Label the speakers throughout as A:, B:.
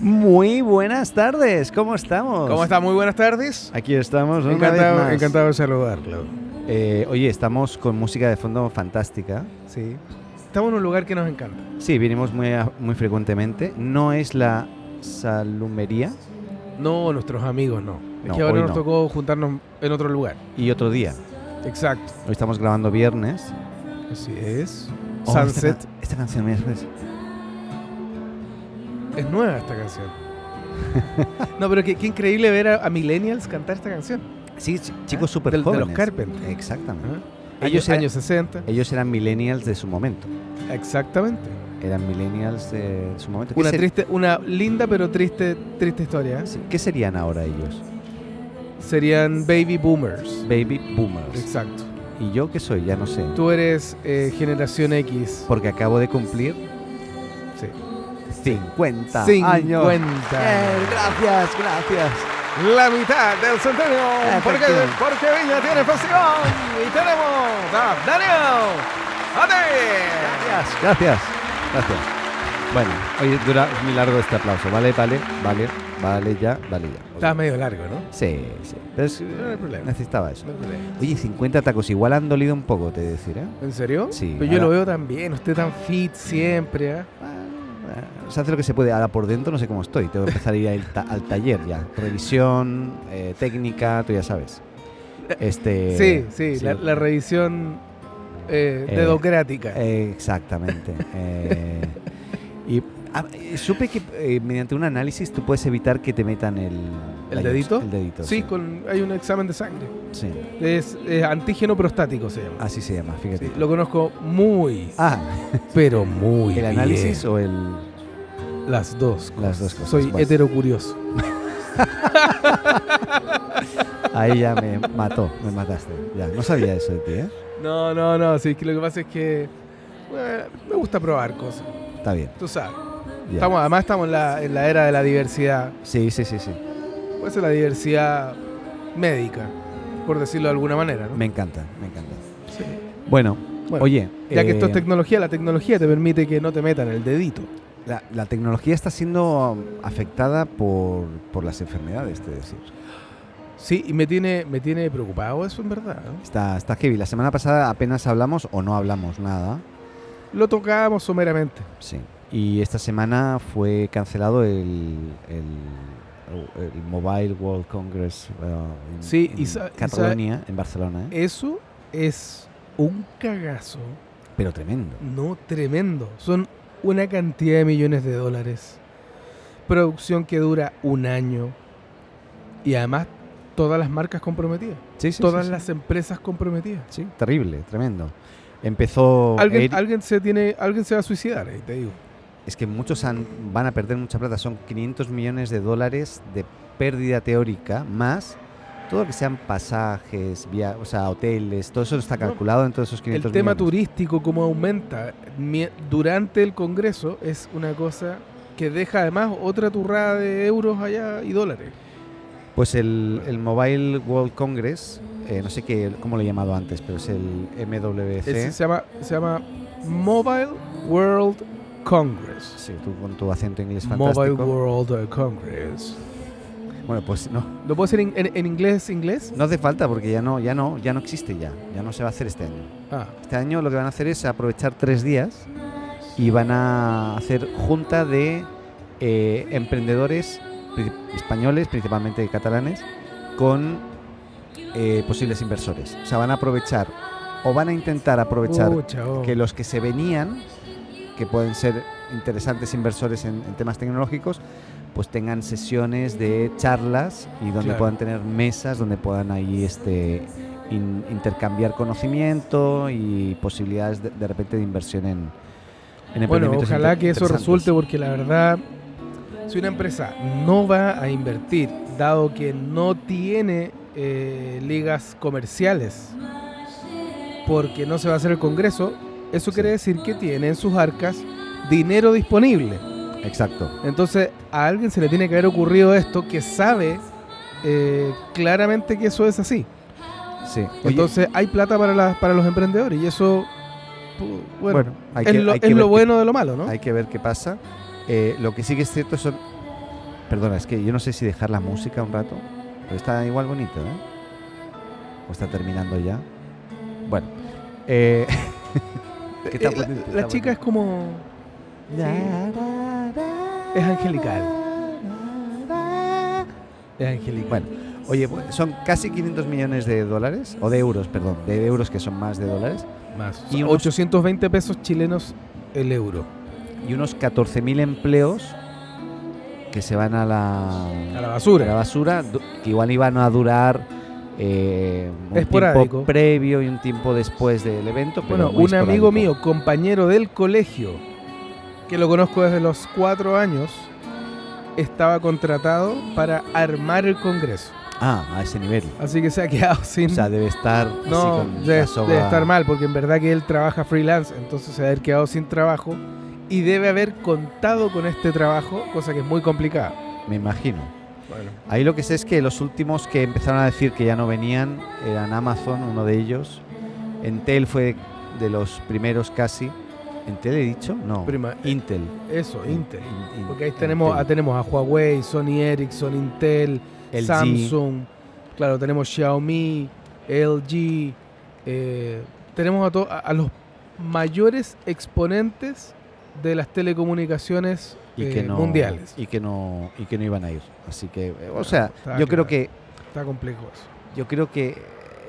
A: Muy buenas tardes, ¿cómo estamos?
B: ¿Cómo está? Muy buenas tardes.
A: Aquí estamos, una vez
B: Encantado,
A: más.
B: encantado de saludarlo.
A: Eh, oye, estamos con música de fondo fantástica.
B: Sí. Estamos en un lugar que nos encanta.
A: Sí, vinimos muy, a- muy frecuentemente. No es la salumería
B: No, nuestros amigos no. Es
A: No,
B: que ahora
A: hoy
B: nos
A: no.
B: tocó juntarnos en otro lugar.
A: y otro día.
B: Exacto.
A: Hoy estamos grabando viernes.
B: Así es.
A: Oh, esta
B: Sunset.
A: can- Esta, canción mira, pues.
B: Es nueva esta canción. no, pero qué, qué increíble ver a, a millennials cantar esta canción.
A: Sí, ch- chicos
B: ¿Ah?
A: súper
B: Del- de
A: jóvenes.
B: los Ah. Carpenter.
A: Exactamente.
B: Ajá.
A: Ellos
B: Años,
A: eran-
B: años 60.
A: Ellos eran millennials de su momento.
B: Exactamente.
A: Eran millennials de su momento. ¿Qué,
B: Una
A: ser-
B: triste, una linda pero triste, triste historia. ¿eh?
A: sí, ¿Qué serían ahora ellos?
B: Serían baby boomers.
A: Baby boomers.
B: Exacto.
A: ¿Y yo qué soy? Ya no sé.
B: Tú eres eh, generación X.
A: Porque acabo de cumplir
B: Sí.
A: 50,
B: 50.
A: años. Eh, gracias, gracias.
B: La mitad del centenio. Porque,
A: Efectivamente.
B: porque Viña tiene pasión. Y tenemos a Daniel. ¡Ate!
A: Gracias, gracias. Gracias. Bueno, oye, dura muy largo este aplauso. Vale, vale, vale, vale ya, vale ya.
B: Estaba medio largo, ¿no?
A: Sí, sí. Pero es-
B: No hay problema.
A: necesitaba eso.
B: No hay problema.
A: Oye, 50 tacos. Igual han dolido un poco, te decir, ¿eh?
B: ¿En serio?
A: Sí,
B: Pero yo
A: ahora-
B: lo veo tan bien. Usted tan fit siempre. ¿eh?
A: Bueno, Se hace lo que se puede. Ahora por dentro no sé cómo estoy. Tengo que empezar a ir al, ta- al taller ya. Revisión, eh, técnica, tú ya sabes. Este,
B: Eh, sí, sí. La, la revisión eh,
A: Eh,
B: dedocrática.
A: Eh, exactamente. Eh, y ah, eh, supe que eh, mediante un análisis tú puedes evitar que te metan el,
B: ¿El
A: la-
B: dedito?
A: El dedito.
B: sí, con, hay un examen de sangre.
A: sí.
B: Es, eh, antígeno prostático se llama.
A: Así se llama, fíjate.
B: Sí, lo conozco muy,
A: Ah,
B: pero muy
A: el análisis
B: bien.
A: o el
B: Las dos. cosas.
A: las dos cosas.
B: Soy
A: Bueno,
B: heterocurioso.
A: Ahí ya me mató, me mataste. Ya, no sabía eso de ti, ¿eh?
B: No, no, no, sí, que lo que pasa es que bueno, me gusta probar cosas,
A: Está bien.
B: tú sabes.
A: ya.
B: Estamos, además estamos en la, en la era de la diversidad,
A: Sí, sí, sí, sí.
B: puede ser la diversidad médica, por decirlo de alguna manera, ¿no?
A: Me encanta, me encanta.
B: Sí.
A: Bueno,
B: Bueno,
A: oye,
B: Ya que esto
A: eh,
B: es tecnología, la tecnología te permite que no te metan el dedito.
A: la, la tecnología está siendo um, afectada por, por las enfermedades, te decir.
B: Sí, y me tiene, me tiene preocupado eso en verdad. ¿no?
A: Está, está heavy. La semana pasada apenas hablamos o no hablamos nada.
B: Lo tocábamos someramente.
A: Sí. Y esta semana fue cancelado el, el, el Mobile World Congress eh, en,
B: Sí, y
A: en
B: sa- y sa-
A: Cataluña, en Barcelona. ¿eh?
B: Eso es un cagazo,
A: Pero tremendo.
B: no tremendo. Son una cantidad de millones de dólares. Producción que dura un año. Y además, todas las marcas comprometidas.
A: Sí, sí,
B: todas
A: sí, sí.
B: las empresas comprometidas.
A: Sí, terrible, tremendo. Empezó...
B: Alguien,
A: Air-
B: alguien se tiene, alguien se va a suicidar, ahí te digo.
A: es que muchos han- van a perder mucha plata. Son 500 millones de dólares de pérdida teórica más todo lo que sean pasajes, via o sea, hoteles, todo eso está
B: No,
A: calculado en todos esos 500
B: El tema
A: millones.
B: turístico, cómo aumenta mi- durante el Congreso, es una cosa que deja además otra turrada de euros allá y dólares.
A: Pues el, el Mobile World Congress, eh, no sé qué, cómo lo he llamado antes, pero es el MWC.
B: Ese se, llama, se llama Mobile World Congress.
A: Sí, tú con tu acento inglés
B: Mobile
A: fantástico.
B: World Congress.
A: Bueno, pues no,
B: ¿Lo puedo hacer en, en- en inglés inglés?
A: no hace falta porque ya no, ya no, ya no existe ya, ya no se va a hacer este año.
B: Ah,
A: Este año lo que van a hacer es aprovechar tres días y van a hacer junta de eh, emprendedores pri- españoles, principalmente catalanes, con eh, posibles inversores. O sea, van a aprovechar o van a intentar aprovechar
B: pucha, oh.
A: que los que se venían, que pueden ser interesantes inversores en, en temas tecnológicos, pues tengan sesiones de charlas y donde
B: Claro.
A: puedan tener mesas, donde puedan ahí este, in- intercambiar conocimiento y posibilidades de, de repente de inversión en, en
B: Bueno,
A: emprendimientos
B: ojalá
A: inter-
B: que eso
A: interesantes.
B: resulte porque la verdad Si una empresa no va a invertir, dado que no tiene eh, ligas comerciales, porque no se va a hacer el Congreso, eso quiere decir que tiene en sus arcas dinero disponible.
A: Exacto.
B: Entonces a alguien se le tiene que haber ocurrido esto que sabe eh, claramente que eso es así.
A: Sí. Oye,
B: Entonces hay plata para, las para los emprendedores y eso pu- bueno,
A: bueno, hay que,
B: es lo,
A: hay que
B: es
A: ver
B: lo
A: qué-
B: bueno de lo malo, ¿no?
A: Hay que ver qué pasa. Eh, lo que sí que es cierto son. Perdona, es que yo no sé si dejar la música un rato. Pero está igual bonito, ¿eh? O está terminando ya. Bueno. eh, que está
B: Eh, la,
A: bonito,
B: la
A: está
B: chica es
A: bonito.
B: como es angelical, es angelical.
A: Bueno, oye, bu- son casi 500 millones de dólares, o de euros, perdón, de euros que son más de dólares,
B: más
A: y
B: y
A: unos-
B: 820 pesos chilenos el euro
A: y unos 14.000 empleos que se van a la,
B: a la basura.
A: la basura, du- que igual iban a durar eh, un
B: Esporádico.
A: tiempo previo y un tiempo después del evento. pero
B: Bueno,
A: muy
B: un amigo
A: esporádico.
B: mío, compañero del colegio, que lo conozco desde los cuatro años, estaba contratado para armar el Congreso.
A: Ah, a ese nivel.
B: Así que se ha quedado sin...
A: O sea, debe estar. así
B: no,
A: con
B: debe,
A: la soga-
B: debe estar mal, porque en verdad que él trabaja freelance, entonces se debe haber quedado sin trabajo y debe haber contado con este trabajo, cosa que es muy complicada.
A: Me imagino.
B: Bueno.
A: Ahí lo que sé es que los últimos que empezaron a decir que ya no venían eran Amazon, uno de ellos. Entel fue de los primeros casi. ¿Entel he dicho? No.
B: Prima,
A: Intel.
B: eso, Intel.
A: In- in-
B: Porque ahí tenemos,
A: Intel.
B: ah, tenemos a Huawei, Sony Ericsson, Intel,
A: LG.
B: Samsung, claro, tenemos Xiaomi, LG, eh, tenemos a, to- a- a los mayores exponentes de las telecomunicaciones
A: y que
B: eh,
A: no,
B: mundiales.
A: y que no y que no iban a ir así que eh, o sea
B: Está
A: yo
B: claro.
A: creo que
B: Está complejo eso.
A: yo creo que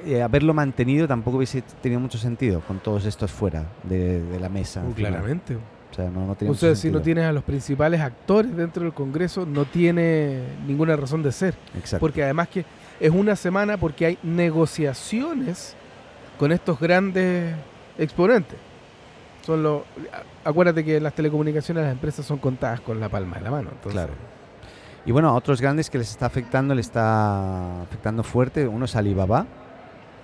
A: eh, haberlo mantenido tampoco hubiese tenido mucho sentido con todos estos fuera de, de la mesa
B: Uh,
A: encima.
B: claramente.
A: o sea no, no tenía
B: O
A: mucho
B: sea, si no
A: sentido.
B: tienes a los principales actores dentro del Congreso, no tiene ninguna razón de ser.
A: Exacto.
B: Porque además que es una semana porque hay negociaciones con estos grandes exponentes. Son los, a- acuérdate que las telecomunicaciones, las empresas son contadas con la palma de la mano. entonces-
A: Claro. y bueno a otros grandes que les está afectando le está afectando fuerte uno es Alibaba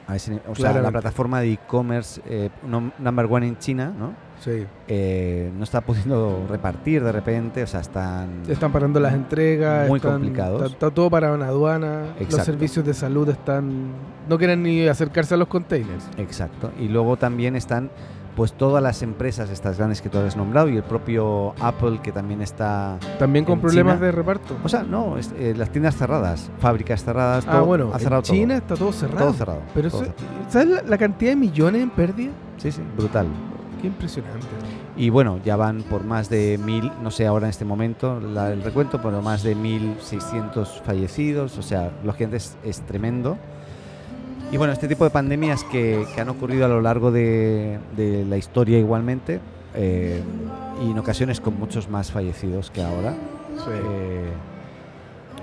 A: a ese ni- o sea la
B: Claramente.
A: plataforma de e-commerce eh, nom- number one en China no
B: Sí.
A: Eh, no está pudiendo repartir de repente o sea están
B: Están parando las entregas.
A: Muy
B: están-
A: complicados.
B: Está, está todo parado en aduana. Los
A: Exacto.
B: servicios de salud están. No quieren ni acercarse a los containers.
A: Exacto. Y luego también están pues todas las empresas, estas grandes que tú has nombrado, y el propio Apple que también está...
B: También con
A: En
B: problemas
A: China-
B: de reparto.
A: O sea, no, es- eh, las tiendas cerradas, fábricas cerradas,
B: ah,
A: todo-
B: bueno.
A: ha
B: En
A: cerrado todo.
B: China está todo cerrado.
A: Todo cerrado.
B: Pero
A: todo
B: eso-
A: cerrado.
B: ¿sabes la, la cantidad de millones en pérdida?
A: Sí, sí, brutal.
B: Qué impresionante.
A: Y bueno, ya van por más de mil, no sé ahora en este momento la- el recuento, pero más de 1.600 fallecidos, o sea, lo que es, es tremendo. Y bueno, este tipo de pandemias que, que han ocurrido a lo largo de, de la historia igualmente, eh, y en ocasiones con muchos más fallecidos que ahora, eh,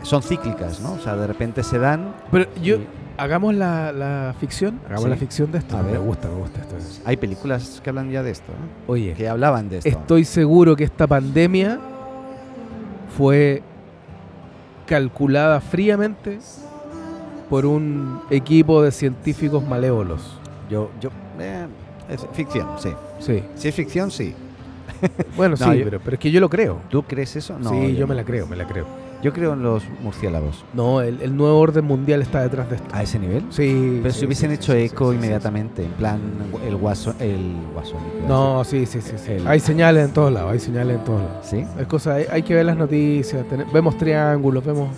A: son cíclicas, ¿no? O sea, de repente se dan,
B: Pero yo,
A: y
B: hagamos la, la ficción. Hagamos
A: Sí.
B: la ficción de esto.
A: A ver.
B: gusta, me gusta esto.
A: hay películas que hablan ya de esto, ¿no?
B: Oye,
A: que hablaban de esto.
B: estoy seguro que esta pandemia fue calculada fríamente por un equipo de científicos malévolos.
A: Yo, yo, eh, es ficción, sí.
B: Sí.
A: Si es ficción, sí.
B: Bueno,
A: No,
B: sí,
A: yo-
B: pero, pero es que yo lo creo.
A: ¿Tú crees eso? No.
B: sí, yo, me
A: no.
B: la creo, me la creo.
A: Yo creo en los murciélagos.
B: No, el, el nuevo orden mundial está detrás de esto.
A: ¿A ese nivel?
B: Sí.
A: Pero
B: sí,
A: si hubiesen
B: sí,
A: hecho
B: sí, sí,
A: eco
B: sí, sí,
A: inmediatamente, en plan el guaso, el guasón. iba a
B: No, sí, sí, sí. sí.
A: El-
B: Hay señales en todos lados, hay señales en todos lados.
A: decir. ¿Sí?
B: Es cosa, hay, hay que ver las noticias, tene- vemos triángulos, vemos...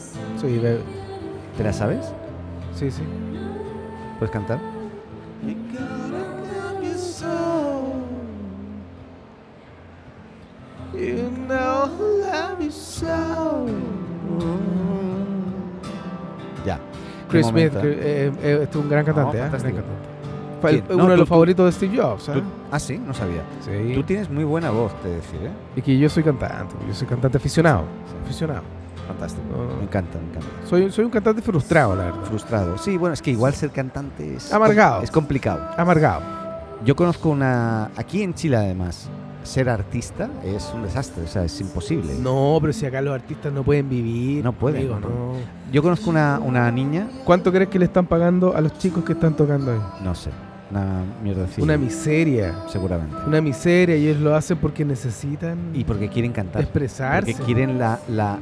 B: Sí, ve-
A: ¿Te la sabes?
B: sí, sí.
A: ¿Puedes cantar? Ya. De
B: Chris Smith,
A: momento,
B: que, eh, eh, este es un gran cantante, ¿eh?
A: fantástico.
B: Gran cantante. Fue el-
A: ¿Quién?
B: uno
A: No,
B: de
A: tú-
B: los
A: tú-
B: favoritos de Steve Jobs, ¿eh?
A: tú- ah, sí, no sabía. Tú
B: Sí.
A: tienes muy buena voz, te decir, ¿eh?
B: Y que yo soy cantante, yo soy cantante aficionado,
A: Sí,
B: aficionado.
A: fantástico.
B: No, no.
A: Me encanta, me encanta.
B: Soy, soy un cantante frustrado, la verdad.
A: Frustrado. Sí, bueno, es que igual ser cantante es...
B: Amargado.
A: Es complicado.
B: Amargado.
A: Yo conozco una, aquí en Chile además, ser artista es un desastre, o sea, es imposible.
B: No, pero si acá los artistas no pueden vivir.
A: No pueden,
B: amigo,
A: no
B: no.
A: Yo conozco una, una niña,
B: ¿Cuánto crees que le están pagando a los chicos que están tocando ahí?
A: no sé, una mierda así.
B: Una miseria.
A: Seguramente.
B: Una miseria y ellos lo hacen porque necesitan
A: Y porque quieren cantar.
B: expresarse.
A: Porque quieren la, la,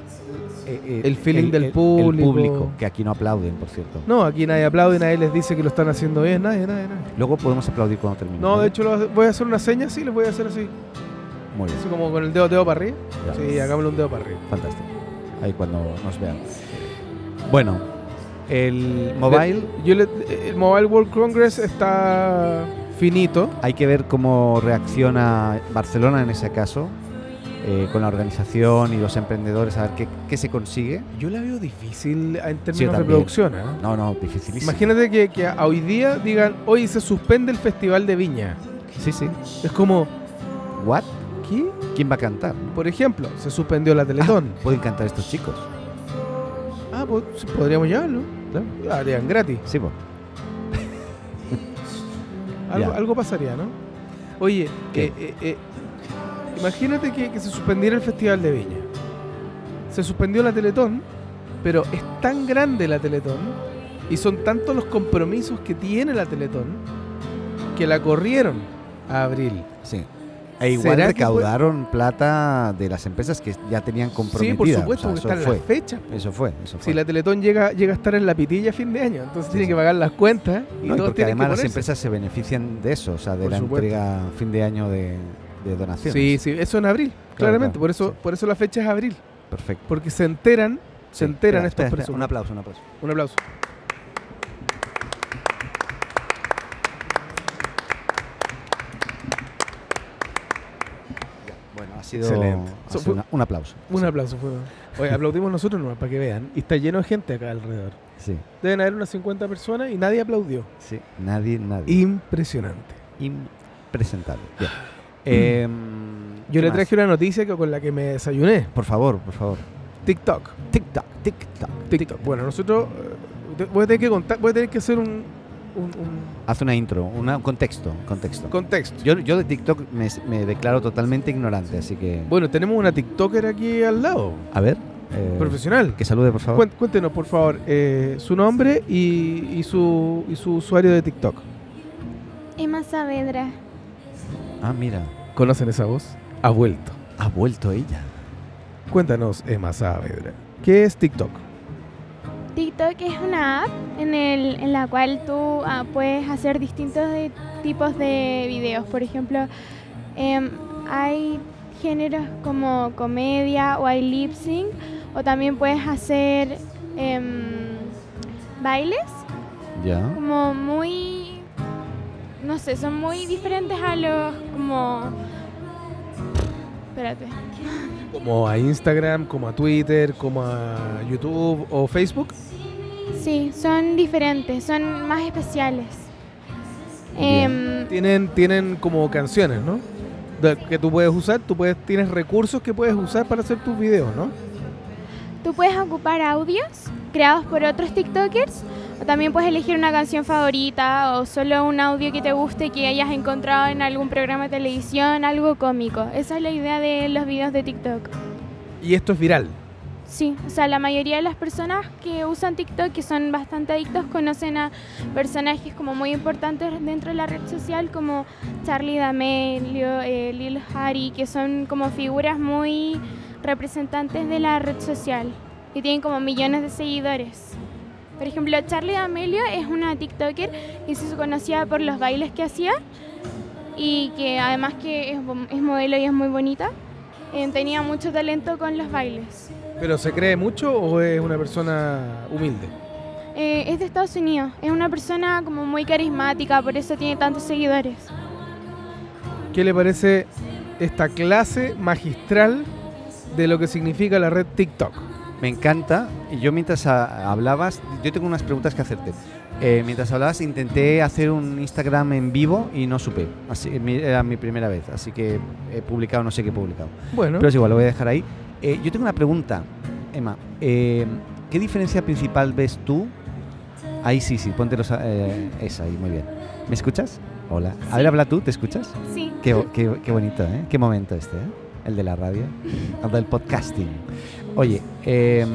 A: eh, eh,
B: El feeling del
A: El
B: público.
A: público, que aquí no aplauden, por cierto.
B: No, aquí nadie aplaude, nadie les dice que lo están haciendo bien, nadie, nadie, nadie.
A: Luego podemos aplaudir cuando termine.
B: No, de hecho lo- voy a hacer una seña así, les voy a hacer así.
A: Muy bien,
B: Así como con el dedo, dedo para arriba.
A: ya.
B: Sí, hagámosle un dedo para arriba.
A: Fantástico. Ahí cuando nos vean. Bueno, el mobile
B: Yo le- el Mobile World Congress está finito.
A: hay que ver cómo reacciona Barcelona en ese caso, eh, con la organización y los emprendedores, a ver qué, qué se consigue.
B: Yo la veo difícil en términos de
A: también.
B: producción. ¿ah?
A: No, no, dificilísimo.
B: Imagínate que, que a hoy día digan, hoy se suspende el Festival de Viña.
A: Sí, sí.
B: Es como,
A: ¿What?
B: ¿qué?
A: ¿Quién va a cantar?
B: Por ejemplo, se suspendió la Teletón.
A: Pueden cantar estos chicos.
B: Ah, pues podríamos llevarlo.
A: Claro.
B: Lo harían gratis.
A: Sí, pues.
B: Algo,
A: Ya.
B: algo pasaría, ¿no? Oye,
A: ¿Qué?
B: eh, eh, eh, imagínate que, que se suspendiera el Festival de Viña. Se suspendió la Teletón, pero es tan grande la Teletón y son tantos los compromisos que tiene la Teletón que la corrieron a abril.
A: Sí. E igual
B: ¿Será que
A: recaudaron plata de las empresas que ya tenían comprometida.
B: Sí, por supuesto,
A: O
B: porque
A: sea,
B: están
A: eso, fue,
B: las fechas. po.
A: eso fue. Eso fue.
B: Si la Teletón llega, llega a estar en la pitilla a fin de año, entonces tiene que pagar las cuentas y
A: No, y
B: todos
A: porque
B: tienen que
A: además las
B: ponerse.
A: empresas se benefician de eso, o sea, de
B: Por
A: la
B: supuesto.
A: entrega a fin de año de, de donaciones.
B: Sí, sí, eso en abril, claramente.
A: claro,
B: por eso,
A: sí.
B: por eso la fecha es abril,
A: Perfecto.
B: porque se enteran,
A: Sí,
B: se enteran
A: espera,
B: estas
A: espera, espera,
B: personas.
A: Un aplauso, un aplauso.
B: Un aplauso.
A: Bueno, ha sido
B: Excelente.
A: ha
B: So,
A: sido
B: fue-
A: una- un aplauso.
B: Un
A: sí,
B: aplauso. fue. Oye, aplaudimos nosotros nomás para que vean. Y está lleno de gente acá alrededor.
A: Sí,
B: Deben haber unas 50 personas y nadie aplaudió.
A: sí. Nadie, nadie.
B: Impresionante. Eh,
A: Impresentable. Bien. Em,
B: Yo
A: ¿qué
B: le
A: más?
B: traje una noticia que, con la que me desayuné.
A: Por favor, por favor.
B: TikTok.
A: Tic-tac, tic-tac.
B: TikTok. Bueno, nosotros eh, te- voy a tener que contar, voy a tener que hacer un, un- un
A: Haz una intro, una- un contexto. contexto.
B: contexto.
A: yo, yo de TikTok me, me declaro totalmente ignorante, así que.
B: Bueno, tenemos una TikToker aquí al lado,
A: A ver. eh,
B: profesional.
A: que salude, por favor.
B: Cuen- Cuéntenos, por favor, eh, su nombre y, y su, y su usuario de TikTok.
C: Emma Saavedra.
A: Ah, mira.
B: ¿Conocen esa voz? Ha vuelto.
A: Ha vuelto ella.
B: Cuéntanos, Emma Saavedra, ¿qué es TikTok?
C: TikTok es una app en, el, en la cual tú ah, puedes hacer distintos de- tipos de videos. Por ejemplo, em, hay géneros como comedia o hay lip sync o también puedes hacer em, bailes
A: Ya.
C: como muy, no sé, son muy diferentes a los como... Espérate.
B: ¿Como a Instagram, como a Twitter, como a YouTube o Facebook?
C: Sí, son diferentes, son más especiales.
A: Bien.
C: Em,
B: Tienen, tienen como canciones, ¿no? De- que tú puedes usar, tú puedes, tienes recursos que puedes usar para hacer tus videos, ¿no?
C: tú puedes ocupar audios creados por otros TikTokers o también puedes elegir una canción favorita o solo un audio que te guste que hayas encontrado en algún programa de televisión, algo cómico. Esa es la idea de los videos de TikTok.
B: Y esto es viral.
C: Sí, o sea, la mayoría de las personas que usan TikTok, que son bastante adictos, conocen a personajes como muy importantes dentro de la red social, como Charlie D'Amelio, eh, Lil Harry, que son como figuras muy representantes de la red social, que tienen como millones de seguidores. Por ejemplo, Charlie D'Amelio es una TikToker que se conocía por los bailes que hacía y que además que es, bo- es modelo y es muy bonita, eh, tenía mucho talento con los bailes.
B: ¿Pero se cree mucho o es una persona humilde?
C: Eh, es de Estados Unidos. Es una persona como muy carismática, por eso tiene tantos seguidores.
B: ¿Qué le parece esta clase magistral de lo que significa la red TikTok?
A: Me encanta. Y yo mientras ah, hablabas, yo tengo unas preguntas que hacerte. Eh, mientras hablabas, intenté hacer un Instagram en vivo y no supe. Así, mi- era mi primera vez, así que he publicado, no sé qué he publicado.
B: Bueno,
A: Pero es igual, lo voy a dejar ahí. Eh, yo tengo una pregunta, Emma. Eh, ¿Qué diferencia principal ves tú? Ahí sí, sí, ponte los, eh, esa ahí, muy bien. ¿Me escuchas? Hola. A ver, habla tú, ¿te escuchas?
C: Sí.
A: Qué, bo- qué- qué bonito, ¿eh? Qué momento este, ¿eh? El de la radio, el del podcasting. Oye, em,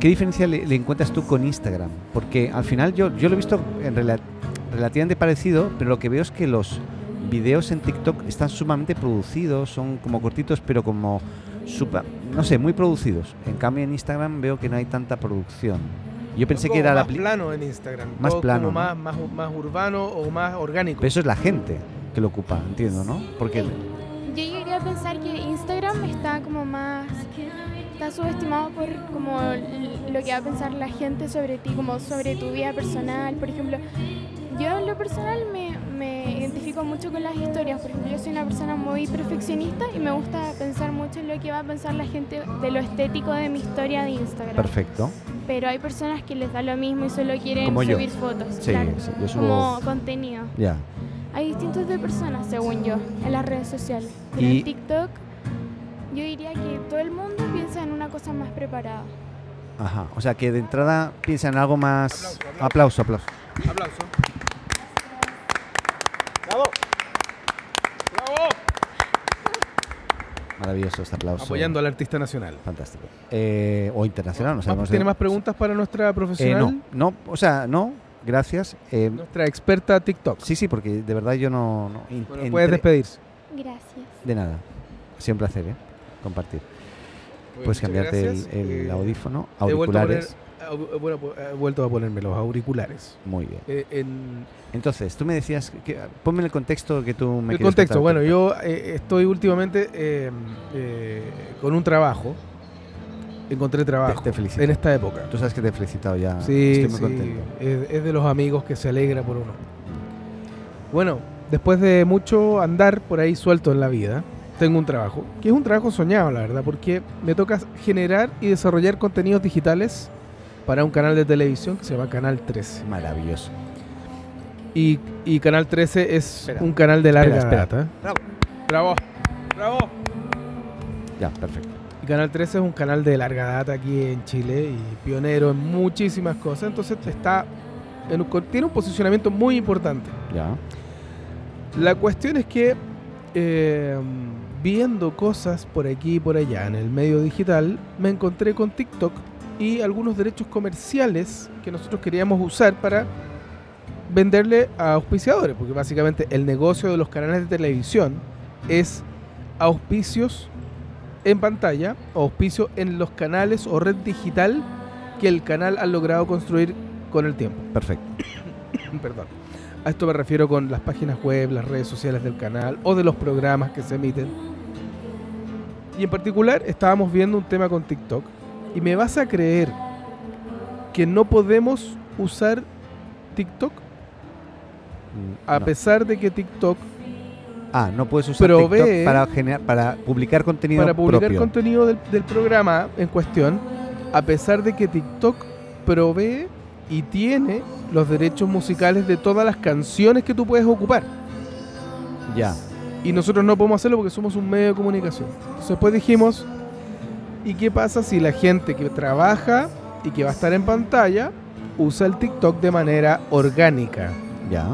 A: ¿qué diferencia le, le encuentras tú con Instagram? Porque al final yo, yo lo he visto en rela- relativamente parecido, pero lo que veo es que los videos en TikTok están sumamente producidos, son como cortitos, pero como, supa- no sé, muy producidos. En cambio en Instagram veo que no hay tanta producción. Yo pensé que
B: Como
A: era la...
B: más
A: apli-
B: plano en Instagram.
A: Más
B: todo
A: plano,
B: como
A: ¿no?
B: más, más, más urbano o más orgánico.
A: Pero eso es la gente que lo ocupa, entiendo, ¿no? Porque...
C: Yo llegaría a pensar que Instagram está como más. Está subestimado por como l- lo que va a pensar la gente sobre ti, como sobre tu vida personal. Por ejemplo, yo en lo personal me, me identifico mucho con las historias. Por ejemplo, yo soy una persona muy perfeccionista y me gusta pensar mucho en lo que va a pensar la gente de lo estético de mi historia de Instagram.
A: Perfecto.
C: Pero hay personas que les da lo mismo y solo quieren
A: Como yo.
C: subir fotos.
A: Sí,
C: claro,
A: sí, yo subo-
C: como contenido.
A: Ya.
C: Hay distintos de personas, según yo, en las redes sociales. Pero
A: Y-
C: en TikTok, yo diría que todo el mundo piensa en una cosa más preparada.
A: Ajá. O sea que de entrada piensa en algo más. Aplauso, aplauso.
B: Aplauso. ¡Bravo! ¡Bravo!
A: Maravilloso este aplauso.
B: Apoyando al artista nacional.
A: Fantástico. Eh, o internacional, no sabemos.
B: ¿Tiene
A: de-
B: más preguntas para nuestra
A: Eh,
B: profesional?
A: no, no, o sea, no, gracias. Eh,
B: Nuestra experta TikTok.
A: Sí, sí, porque de verdad yo no. no- in-
B: Bueno, puedes
A: entré-
B: despedirse.
C: Gracias.
A: De nada. Ha sido un placer, ¿eh? Compartir. Puedes cambiarte el, el audífono,
B: Eh, He vuelto, a
A: auriculares.
B: poner- au- bueno, pues, he vuelto a ponerme los auriculares.
A: Muy bien.
B: Eh, en
A: Entonces, tú me decías. Que, ponme el contexto que tú me
B: el
A: quieres
B: contexto,
A: contar.
B: bueno, yo eh, estoy últimamente eh, eh, con un trabajo. Encontré trabajo
A: te felicito.
B: en esta época.
A: Tú sabes que te he felicitado ya. Ah,
B: Sí,
A: Estoy muy
B: sí,
A: contento.
B: Es, es de los amigos que se alegra por uno. Bueno, después de mucho andar por ahí suelto en la vida, tengo un trabajo, que es un trabajo soñado, la verdad, porque me toca generar y desarrollar contenidos digitales para un canal de televisión que se llama Canal 13.
A: Maravilloso.
B: Y, y Canal 13 es
A: Espera.
B: un canal de larga
A: Espera, espera.
B: data.
A: Bravo.
B: Bravo. Bravo.
A: Ya, perfecto.
B: Y Canal 13 es un canal de larga data aquí en Chile y pionero en muchísimas cosas. Entonces está en un- con- tiene un posicionamiento muy importante.
A: Ya.
B: La cuestión es que eh, viendo cosas por aquí y por allá en el medio digital, me encontré con TikTok y algunos derechos comerciales que nosotros queríamos usar para venderle a auspiciadores, porque básicamente el negocio de los canales de televisión es auspicios en pantalla, auspicio en los canales o red digital que el canal ha logrado construir con el tiempo.
A: Perfecto.
B: Perdón. A esto me refiero con las páginas web, las redes sociales del canal o de los programas que se emiten. Y en particular estábamos viendo un tema con TikTok y me vas a creer que no podemos usar TikTok
A: Mm,
B: a
A: no.
B: pesar de que TikTok
A: Ah, no puedes usar
B: Provee-
A: TikTok para, generar, para publicar contenido
B: para publicar
A: propio.
B: contenido del, del programa en cuestión, a pesar de que TikTok provee y tiene los derechos musicales de todas las canciones que tú puedes ocupar.
A: ya.
B: Y nosotros no podemos hacerlo porque somos un medio de comunicación. Entonces después dijimos, ¿y qué pasa si la gente que trabaja y que va a estar en pantalla usa el TikTok de manera orgánica?
A: Ya.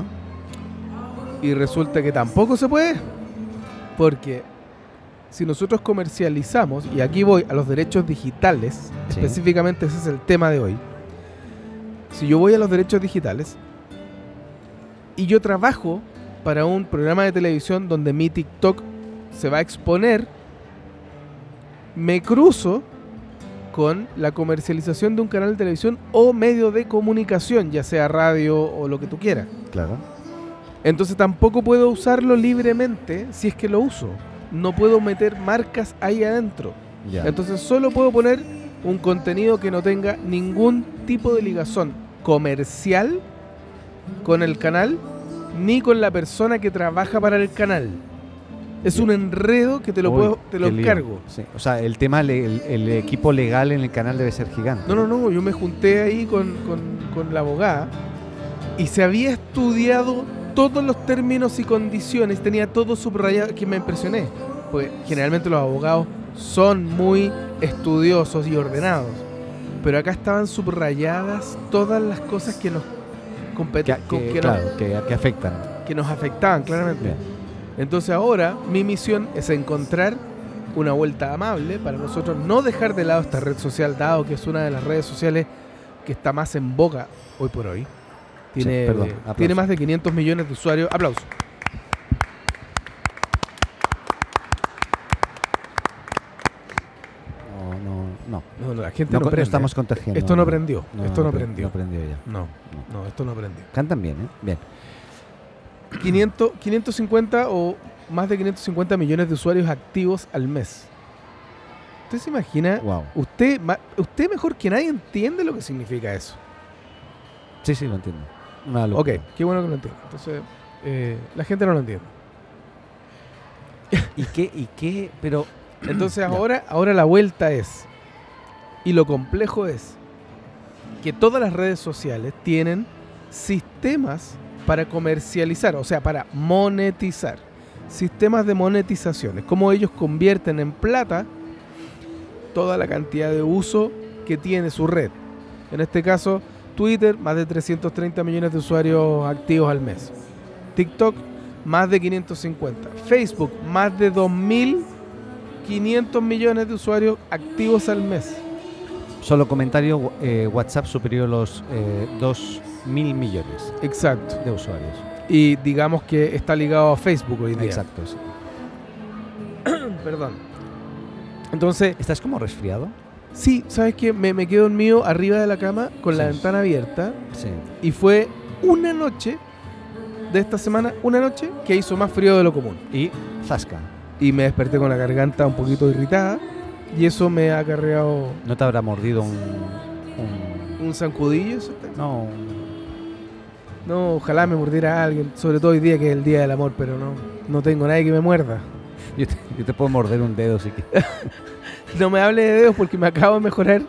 B: Y resulta que tampoco se puede. Porque si nosotros comercializamos, y aquí voy a los derechos digitales,
A: Sí.
B: específicamente ese es el tema de hoy. Si yo voy a los derechos digitales y yo trabajo para un programa de televisión donde mi TikTok se va a exponer, me cruzo con la comercialización de un canal de televisión o medio de comunicación, ya sea radio o lo que tú quieras.
A: Claro.
B: Entonces tampoco puedo usarlo libremente si es que lo uso. No puedo meter marcas ahí adentro.
A: Ya.
B: Entonces solo puedo poner un contenido que no tenga ningún tipo de ligazón comercial con el canal ni con la persona que trabaja para el canal. Es un enredo que te lo
A: Uy,
B: puedo, te lo
A: qué lío.
B: cargo.
A: Sí, O sea, el tema, le- el, el equipo legal en el canal debe ser gigante.
B: No, no, no, yo me junté ahí con, con- con la abogada y se había estudiado todos los términos y condiciones, tenía todo subrayado, que me impresioné, porque generalmente los abogados son muy estudiosos y ordenados, pero acá estaban subrayadas todas las cosas que nos compet-
A: Que,
B: con-
A: que-
B: que nos-
A: claro, que, que afectan.
B: que nos afectaban claramente.
A: Bien.
B: Entonces ahora mi misión es encontrar una vuelta amable para nosotros no dejar de lado esta red social, dado que es una de las redes sociales que está más en boca hoy por hoy. Tiene,
A: Sí, perdón,
B: eh,
A: aplauso.
B: tiene más de 500 millones de usuarios. Aplauso.
A: No, no, no.
B: No, no, la gente
A: No,
B: no,
A: co- no
B: prende.
A: estamos contagiando.
B: Esto no
A: no.
B: prendió. Esto no
A: pre-
B: prendió.
A: No prendió ya.
B: No, no, esto no prendió.
A: Cantan bien, ¿eh? Bien.
B: 500, 550 o más de 550 millones de usuarios activos al mes. ¿Usted se imagina?
A: Wow.
B: Usted, ma- usted mejor que nadie entiende lo que significa eso.
A: Sí, sí, lo entiendo. Una
B: Ok,
A: locura.
B: qué bueno que lo entienda. Entonces, eh, la gente no lo entiende.
A: ¿Y qué? ¿Y qué? Pero
B: Entonces
A: Ya.
B: ahora, ahora la vuelta es, y lo complejo es, que todas las redes sociales tienen sistemas para comercializar, o sea, para monetizar. Sistemas de monetización, es como ellos convierten en plata toda la cantidad de uso que tiene su red. En este caso, Twitter, más de 330 millones de usuarios activos al mes. TikTok, más de 550. Facebook, más de 2.500 millones de usuarios activos al mes.
A: solo comentario, eh, WhatsApp superior a los eh, 2.000 millones
B: Exacto.
A: de usuarios.
B: Y digamos que está ligado a Facebook hoy día.
A: Exacto. sí.
B: Perdón. Entonces,
A: ¿Estás como resfriado?
B: sí, ¿sabes qué? Me, me quedo dormido arriba de la cama con la
A: Sí.
B: ventana abierta
A: Sí.
B: y fue una noche de esta semana, una noche que hizo más frío de lo común.
A: Y Zasca.
B: Y me desperté con la garganta un poquito irritada y eso me ha acarreado
A: ¿No te habrá mordido un. un-
B: un zancudillo. eso está-
A: no, un-
B: No, ojalá me mordiera alguien, sobre todo hoy día que es el día del amor, pero no, no tengo nadie que me muerda.
A: yo, te, yo te puedo morder un dedo si quieres.
B: No me hable de dedos porque me acabo de mejorar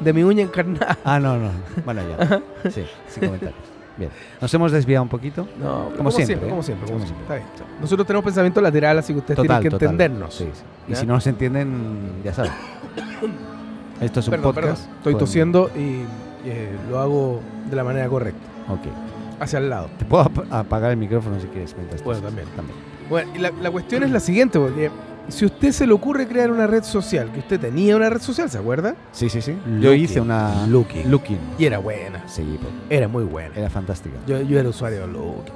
B: de mi uña encarnada.
A: Ah, no, no. Bueno, ya. Sí, sin comentarios. Bien. Nos hemos desviado un poquito.
B: No, como,
A: siempre,
B: siempre,
A: ¿eh?
B: como siempre, como
A: Como
B: siempre.
A: siempre.
B: Está bien. Nosotros tenemos pensamiento lateral, así que ustedes tienen que
A: total.
B: entendernos.
A: Sí, sí. Y
B: ¿Ya?
A: si no nos entienden, ya saben. Esto es un
B: Perdón, perdón.
A: podcast.
B: Estoy
A: Pueden-
B: tosiendo y eh, lo hago de la manera correcta,
A: Ok.
B: hacia el lado.
A: Te puedo ap- apagar el micrófono si quieres mientras
B: Bueno,
A: toses.
B: también. Bueno, y la, la cuestión es la siguiente, porque si a usted se le ocurre crear una red social, que usted tenía una red social, ¿se acuerda?
A: Sí, sí, sí. Yo
B: Looking.
A: hice una.
B: Looking.
A: Looking.
B: Y era buena,
A: Sí, po.
B: era muy buena.
A: Ah. era fantástica.
B: Yo, yo era usuario de Looking.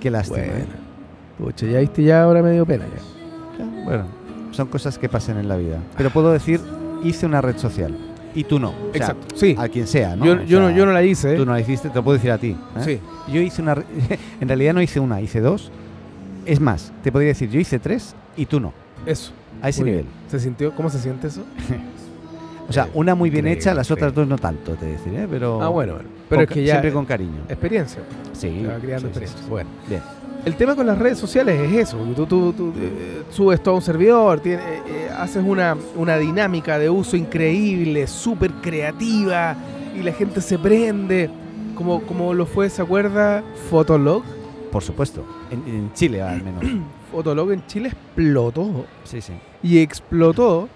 A: Qué lástima.
B: Buena.
A: ¿eh?
B: Pucha, ya viste, ya ahora me dio pena ya.
A: Ya, Bueno, son cosas que pasan en la vida. Pero puedo decir, hice una red social y tú no. O sea,
B: Exacto, sí.
A: A quien sea, Ah, ¿no?
B: yo,
A: O
B: yo no,
A: sea,
B: yo no la hice, ¿eh?
A: Tú no la hiciste, te lo puedo decir a ti. ¿eh?
B: Sí.
A: Yo hice una. re- en realidad no hice una, hice dos. Es más, te podría decir, yo hice tres y tú no.
B: Eso.
A: A ese
B: Muy
A: nivel.
B: bien. ¿Se sintió? ¿Cómo se siente eso?
A: O sea,
B: Eh,
A: una muy bien
B: increíble,
A: hecha, las
B: sí.
A: otras dos no tanto, te deciré, pero.
B: Ah, bueno, bueno. Pero es
A: con-
B: que ya.
A: Siempre con cariño.
B: Experiencia.
A: Sí.
B: se va creando
A: sí, sí,
B: experiencia.
A: sí.
B: Bueno.
A: Bien.
B: El tema con las redes sociales es eso. porque Tú, tú- tú, eh, subes todo a un servidor, tiene- eh, eh, haces una, una dinámica de uso increíble, súper creativa, y la gente se prende. Como, como lo fue, ¿se acuerda? Fotolog.
A: Por supuesto. En, en Chile, al menos.
B: Fotolog en Chile explotó.
A: sí, sí.
B: y explotó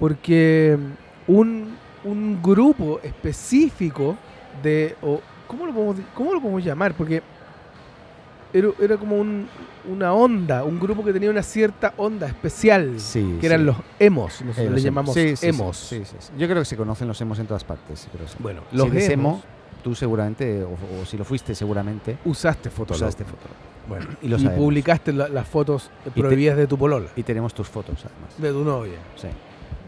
B: porque mm, un, un grupo específico de... o, ¿cómo, lo podemos, di- ¿Cómo lo podemos llamar? Porque era, era como un- una onda, un grupo que tenía una cierta onda especial,
A: Sí,
B: que eran
A: sí.
B: los emos,
A: Eh,
B: nosotros
A: los
B: le
A: emos.
B: llamamos
A: Sí, sí, sí,
B: emos.
A: sí, sí, sí. Yo creo que se conocen los emos en todas partes. sí, pero sí.
B: Bueno,
A: Si
B: los
A: eres
B: emos,
A: emo, tú seguramente, o, o si lo fuiste seguramente,
B: usaste Fotolog
A: usaste fotos.
B: Bueno,
A: y lo
B: y
A: sabemos.
B: publicaste la- las fotos
A: te-
B: prohibidas de tu polola,
A: Y tenemos tus fotos, además.
B: de tu novia.
A: Sí,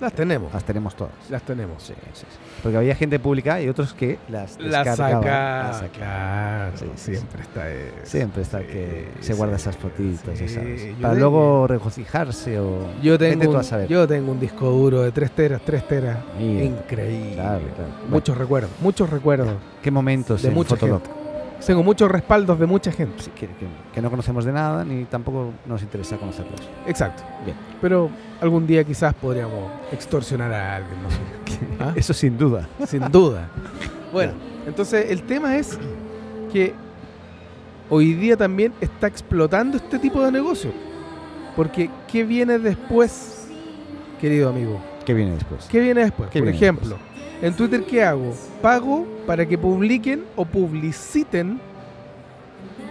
B: Las tenemos,
A: las tenemos todas.
B: las tenemos.
A: Sí, sí, sí. Porque había gente publicada y otros que las
B: La
A: descargaban,
B: saca,
A: las sacaban.
B: claro.
A: Sí, sí,
B: siempre está eso.
A: Siempre está que
B: Sí,
A: se guarda
B: sí,
A: esas fotitos,
B: sí.
A: ya sabes.
B: Yo
A: Para
B: te-
A: luego regocijarse o...
B: Yo
A: Vete
B: tengo,
A: tú a
B: un,
A: saber.
B: yo tengo un disco duro de 3 teras, 3 teras.
A: Mira,
B: Increíble.
A: Claro, claro. Bueno,
B: Muchos recuerdos, muchos recuerdos.
A: ¿Qué momentos
B: de
A: en
B: mucha
A: Fotolog?
B: Tengo muchos respaldos de mucha gente.
A: Sí, que, que- que no conocemos de nada ni tampoco nos interesa conocerlos.
B: Exacto.
A: Bien.
B: Pero algún día quizás podríamos extorsionar a alguien, no sé. ¿Ah?
A: Eso sin duda.
B: Sin duda. Bueno, entonces el tema es que hoy día también está explotando este tipo de negocio. Porque ¿qué viene después, querido amigo?
A: ¿Qué viene después?
B: ¿Qué viene después?
A: ¿Qué
B: Por
A: viene
B: ejemplo, en Twitter, ¿qué hago? Pago para que publiquen o publiciten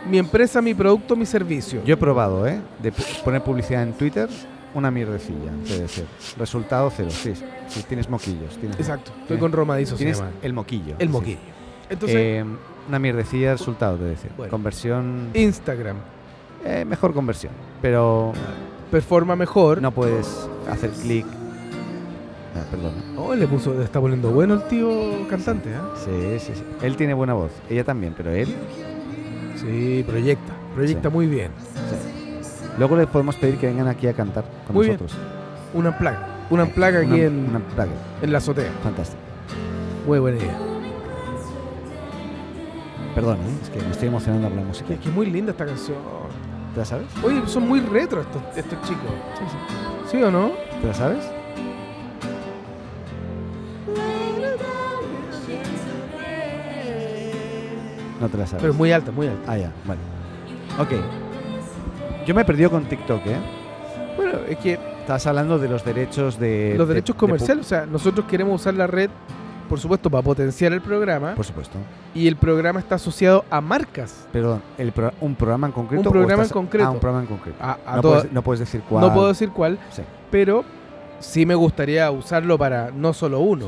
B: mi empresa, mi producto, mi servicio.
A: Yo he probado, ¿eh? De pu- poner publicidad en Twitter, una mierdecilla, debe ser. Resultado cero, sí. sí, tienes moquillos. Tienes,
B: Exacto, estoy
A: Tienes-
B: con Romadizo, se
A: Eh, tienes
B: llama.
A: el moquillo.
B: El
A: sí.
B: moquillo. Entonces,
A: Eh, una mierdecilla, resultado, debe decir.
B: Bueno.
A: Conversión.
B: Instagram
A: eh, mejor conversión. Pero
B: performa mejor.
A: no puedes hacer clic. Ah, perdón.
B: Oh, le puso, le está poniendo bueno el tío cantante, ¿ah?
A: Sí, sí, sí. Él tiene buena voz. Ella también, pero él.
B: Sí, proyecta, proyecta muy bien.
A: Luego les podemos pedir que vengan aquí a cantar con
B: Muy bien.
A: nosotros.
B: Una plaga, una plaga aquí
A: Una-
B: en,
A: Una plaga.
B: en la azotea.
A: Fantástico.
B: Muy buena idea.
A: Perdón, ¿eh? es que me estoy emocionando con la música.
B: Es que es muy linda esta canción.
A: ¿Te la sabes?
B: Oye, son muy retro estos, estos chicos. Sí, o no?
A: ¿Te la sabes? No te la sabes.
B: Pero muy alta, muy alta.
A: Ah, ya, vale. Ok. Yo me he perdido con TikTok, ¿eh?
B: Bueno, es que
A: Estabas hablando de los derechos de.
B: los
A: Eh, de-
B: derechos
A: de pu-
B: comerciales, o sea, nosotros queremos usar la red, por supuesto, para potenciar el programa.
A: Por supuesto.
B: Y el programa está asociado a marcas.
A: Perdón, el pro- ¿un programa en concreto?
B: Un programa
A: o
B: en
A: estás-
B: concreto.
A: Ah, un programa en concreto.
B: A, a
A: no,
B: todas-
A: puedes, no puedes decir cuál.
B: no puedo decir cuál,
A: Sí,
B: pero sí me gustaría usarlo para no solo uno,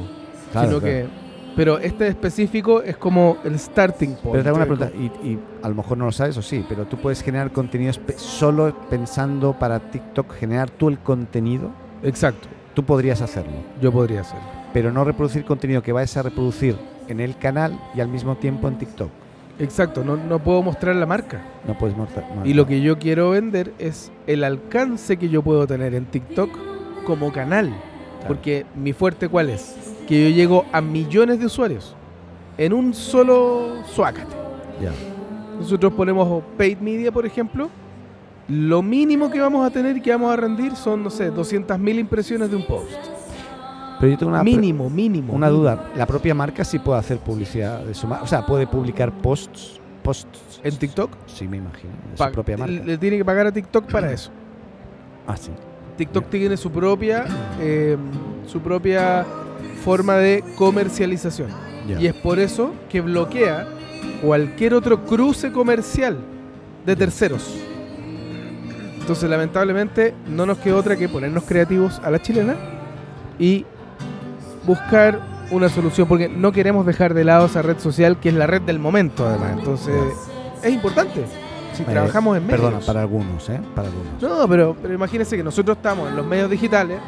A: claro, claro.
B: sino que. Pero este específico es como el starting point. eh,
A: Pero te hago una
B: Es
A: pregunta, y, y a lo mejor no lo sabes o sí, pero tú puedes generar contenidos pe- solo pensando para TikTok, generar tú el contenido,
B: como- Exacto,
A: tú podrías hacerlo,
B: yo podría hacerlo.
A: pero no reproducir contenido que vayas a reproducir en el canal y al mismo tiempo en TikTok.
B: Exacto, no, no puedo mostrar la marca.
A: No puedes montar. no,
B: Y lo
A: no.
B: que yo quiero vender es el alcance que yo puedo tener en TikTok como canal.
A: Claro.
B: Porque mi fuerte cuál es? Que yo llego a millones de usuarios en un solo suácate.
A: Ya.
B: Nosotros ponemos paid media, por ejemplo. Lo mínimo que vamos a tener y que vamos a rendir son, no sé, 200.000 impresiones de un post.
A: Pero yo tengo una, pre-
B: mínimo, mínimo.
A: una
B: mínimo.
A: duda. La propia marca sí puede hacer publicidad de su marca. O sea, puede publicar posts. posts
B: En TikTok,
A: Sí, me imagino. De
B: pa-
A: su propia marca.
B: le tiene que pagar a TikTok para eso.
A: ah, sí.
B: TikTok tiene su propia, eh, su propia forma de comercialización.
A: Ya.
B: Y es por eso que bloquea cualquier otro cruce comercial de terceros. Entonces, lamentablemente, no nos queda otra que ponernos creativos a la chilena y buscar una solución, porque no queremos dejar de lado esa red social que es la red del momento, además. Entonces, es importante. Si
A: Eh,
B: trabajamos en medios.
A: Perdona, para algunos, ¿eh? Para algunos.
B: No, pero, pero imagínense que nosotros estamos en los medios digitales,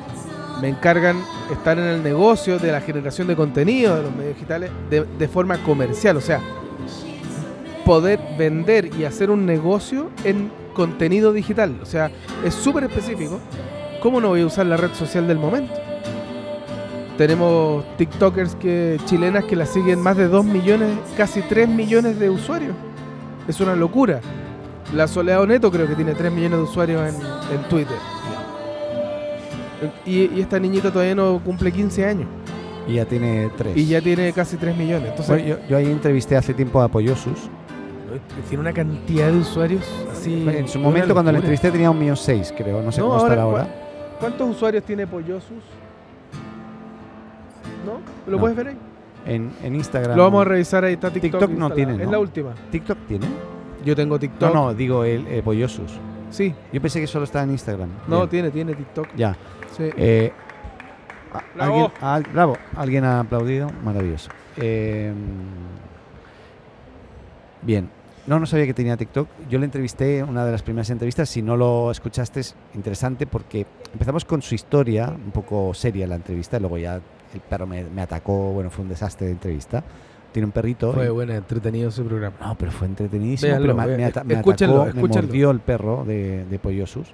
B: me encargan estar en el negocio de la generación de contenido de los medios digitales de, de forma comercial, o sea, poder vender y hacer un negocio en contenido digital, o sea, es súper específico. ¿Cómo no voy a usar la red social del momento? Tenemos TikTokers que, chilenas que la siguen más de 2 millones, casi 3 millones de usuarios. Es una locura. La Soledad Oneto creo que tiene 3 millones de usuarios en, en Twitter. Y, y esta niñita todavía no cumple 15 años.
A: Y ya tiene tres.
B: Y ya tiene casi 3 millones. Entonces,
A: Bueno, yo, yo ahí entrevisté hace tiempo a Pollosus.
B: tiene una cantidad de usuarios así.
A: en su
B: una
A: momento, cuando la
B: locura.
A: entrevisté, tenía un millón seis, creo. No sé
B: No,
A: cómo estará
B: ahora-
A: ahora.
B: ¿Cuántos usuarios tiene Pollosus? ¿No? ¿Lo
A: No.
B: puedes ver ahí?
A: En, en Instagram.
B: Lo vamos a revisar ahí. Está TikTok.
A: TikTok no
B: instalado.
A: tiene,
B: Es
A: ¿no?
B: la última.
A: ¿TikTok tiene?
B: Yo tengo
A: No,
B: TikTok.
A: no, digo el eh, Pollosus.
B: Sí,
A: Yo pensé que solo estaba en Instagram.
B: no,
A: Bien.
B: tiene, tiene Tiktok.
A: Ya.
B: Sí.
A: Eh, a-
B: Bravo.
A: ¿alguien, al- bravo. Alguien ha aplaudido. Maravilloso. Eh, bien. No, no sabía que tenía TikTok. Yo le entrevisté, una de las primeras entrevistas. Si no lo escuchaste, es interesante porque empezamos con su historia, un poco seria la entrevista. Luego ya el perro me, me atacó. Bueno, fue un desastre de entrevista. Tiene un perrito. y-
B: Fue bueno, entretenido ese programa.
A: no, pero fue entretenidísimo.
B: Véanlo,
A: pero me- me,
B: vean-
A: ata- me
B: escúchenlo,
A: atacó, me
B: escúchenlo.
A: mordió el perro de, de Pollosus.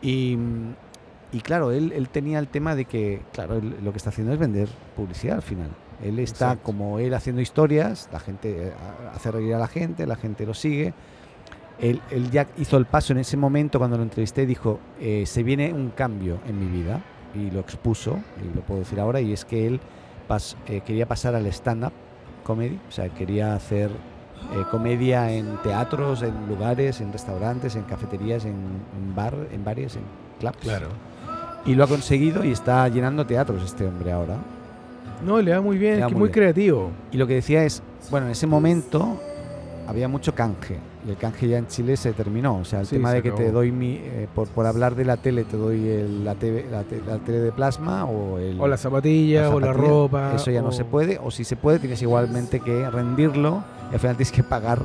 A: Y, mm, y claro, él, él tenía el tema de que, claro, él lo que está haciendo es vender publicidad al final. Él está
B: Exacto.
A: como él haciendo historias, la gente eh, a- hace reír a la gente, la gente lo sigue. Él, él ya hizo el paso en ese momento cuando lo entrevisté, dijo, eh, se viene un cambio en mi vida y lo expuso, y lo puedo decir ahora, y es que él pas- eh, quería pasar al stand-up comedy, o sea, quería hacer eh, comedia en teatros, en lugares, en restaurantes, en cafeterías, en, en bar, en bares, en clubs. Y lo ha conseguido y está llenando teatros este hombre ahora.
B: No, le va muy bien,
A: Le
B: es
A: va
B: que
A: muy
B: muy
A: bien.
B: creativo.
A: Y lo que decía es, bueno, en ese momento había mucho canje y el canje ya en Chile se terminó. O sea, el
B: Sí,
A: tema
B: se
A: de que te
B: acabó.
A: doy mi, eh, por, por hablar de la tele, te doy el- la, TV la, te- la tele de plasma o el...
B: O las zapatillas,
A: las
B: o la
A: zapatillas.
B: ropa.
A: Eso ya no
B: o-
A: se puede, o si se puede, tienes igualmente que rendirlo y al final tienes que pagar.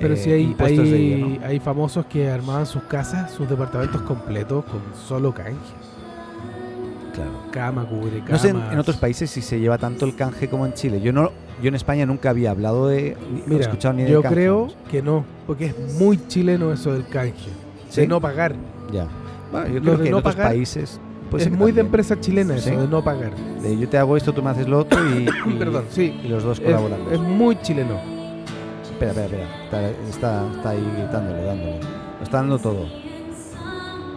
B: Pero
A: eh,
B: sí hay,
A: impuestos de ello,
B: hay- hay famosos que armaban sus casas, sus departamentos completos con solo canje.
A: ¿no? Claro.
B: Cama, cubre
A: No sé en, en otros países si se lleva tanto el canje como en Chile. Yo no, yo en España nunca había hablado de, ni no he
B: Mira,
A: escuchado ni de
B: yo
A: canje,
B: creo
A: vamos.
B: que no, porque es muy chileno eso del canje,
A: Sí,
B: de no pagar.
A: ya. Bueno, yo
B: Lo
A: creo
B: de
A: que en
B: no
A: otros
B: pagar
A: países puede
B: es
A: ser que
B: muy de
A: Pues también.
B: empresa chilena eso,
A: Sí.
B: de no pagar.
A: De yo te hago esto, tú me haces lo otro y, y-
B: Perdón, sí.
A: y los dos
B: Es,
A: colaborando.
B: es muy chileno.
A: Espera, espera, espera. Está, está, está ahí gritándole, dándole. Lo está dando todo.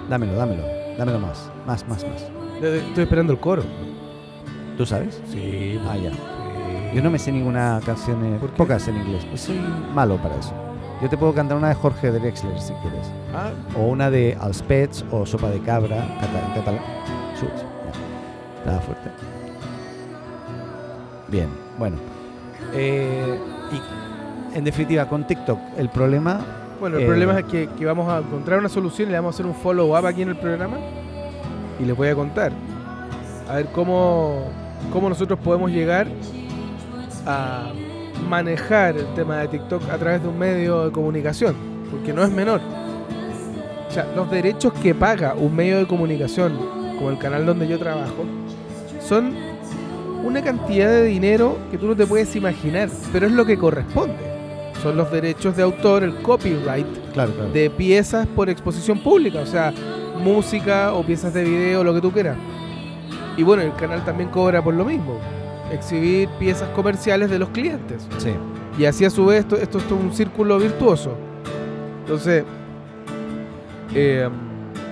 A: Dámelo, dámelo. Dámelo más. Más, más, más.
B: Eh, Estoy esperando el coro.
A: ¿Tú sabes?
B: Sí. eh,
A: Ah, ya.
B: sí.
A: Yo no me sé ninguna canción, eh,
B: ¿Por qué?
A: pocas en inglés. Pues soy malo para eso. Yo te puedo cantar una de Jorge Drexler si quieres.
B: Ah,
A: O una de Alspets o Sopa de Cabra. Cata- catalán. Sus- ya. Estaba fuerte. Bien, bueno. Eh, y en definitiva, con TikTok, el problema
B: bueno, el
A: Eh.
B: problema es que, que vamos a encontrar una solución y le vamos a hacer un follow-up aquí en el programa y les voy a contar. A ver cómo, cómo nosotros podemos llegar a manejar el tema de TikTok a través de un medio de comunicación, porque no es menor. O sea, los derechos que paga un medio de comunicación, como el canal donde yo trabajo, son una cantidad de dinero que tú no te puedes imaginar, pero es lo que corresponde. Son los derechos de autor, el copyright
A: Claro, claro.
B: de piezas por exposición pública, o sea, música o piezas de video, lo que tú quieras. Y bueno, el canal también cobra por lo mismo, exhibir piezas comerciales de los clientes.
A: Sí,
B: Y así a su vez esto, esto es un círculo virtuoso. Entonces, eh,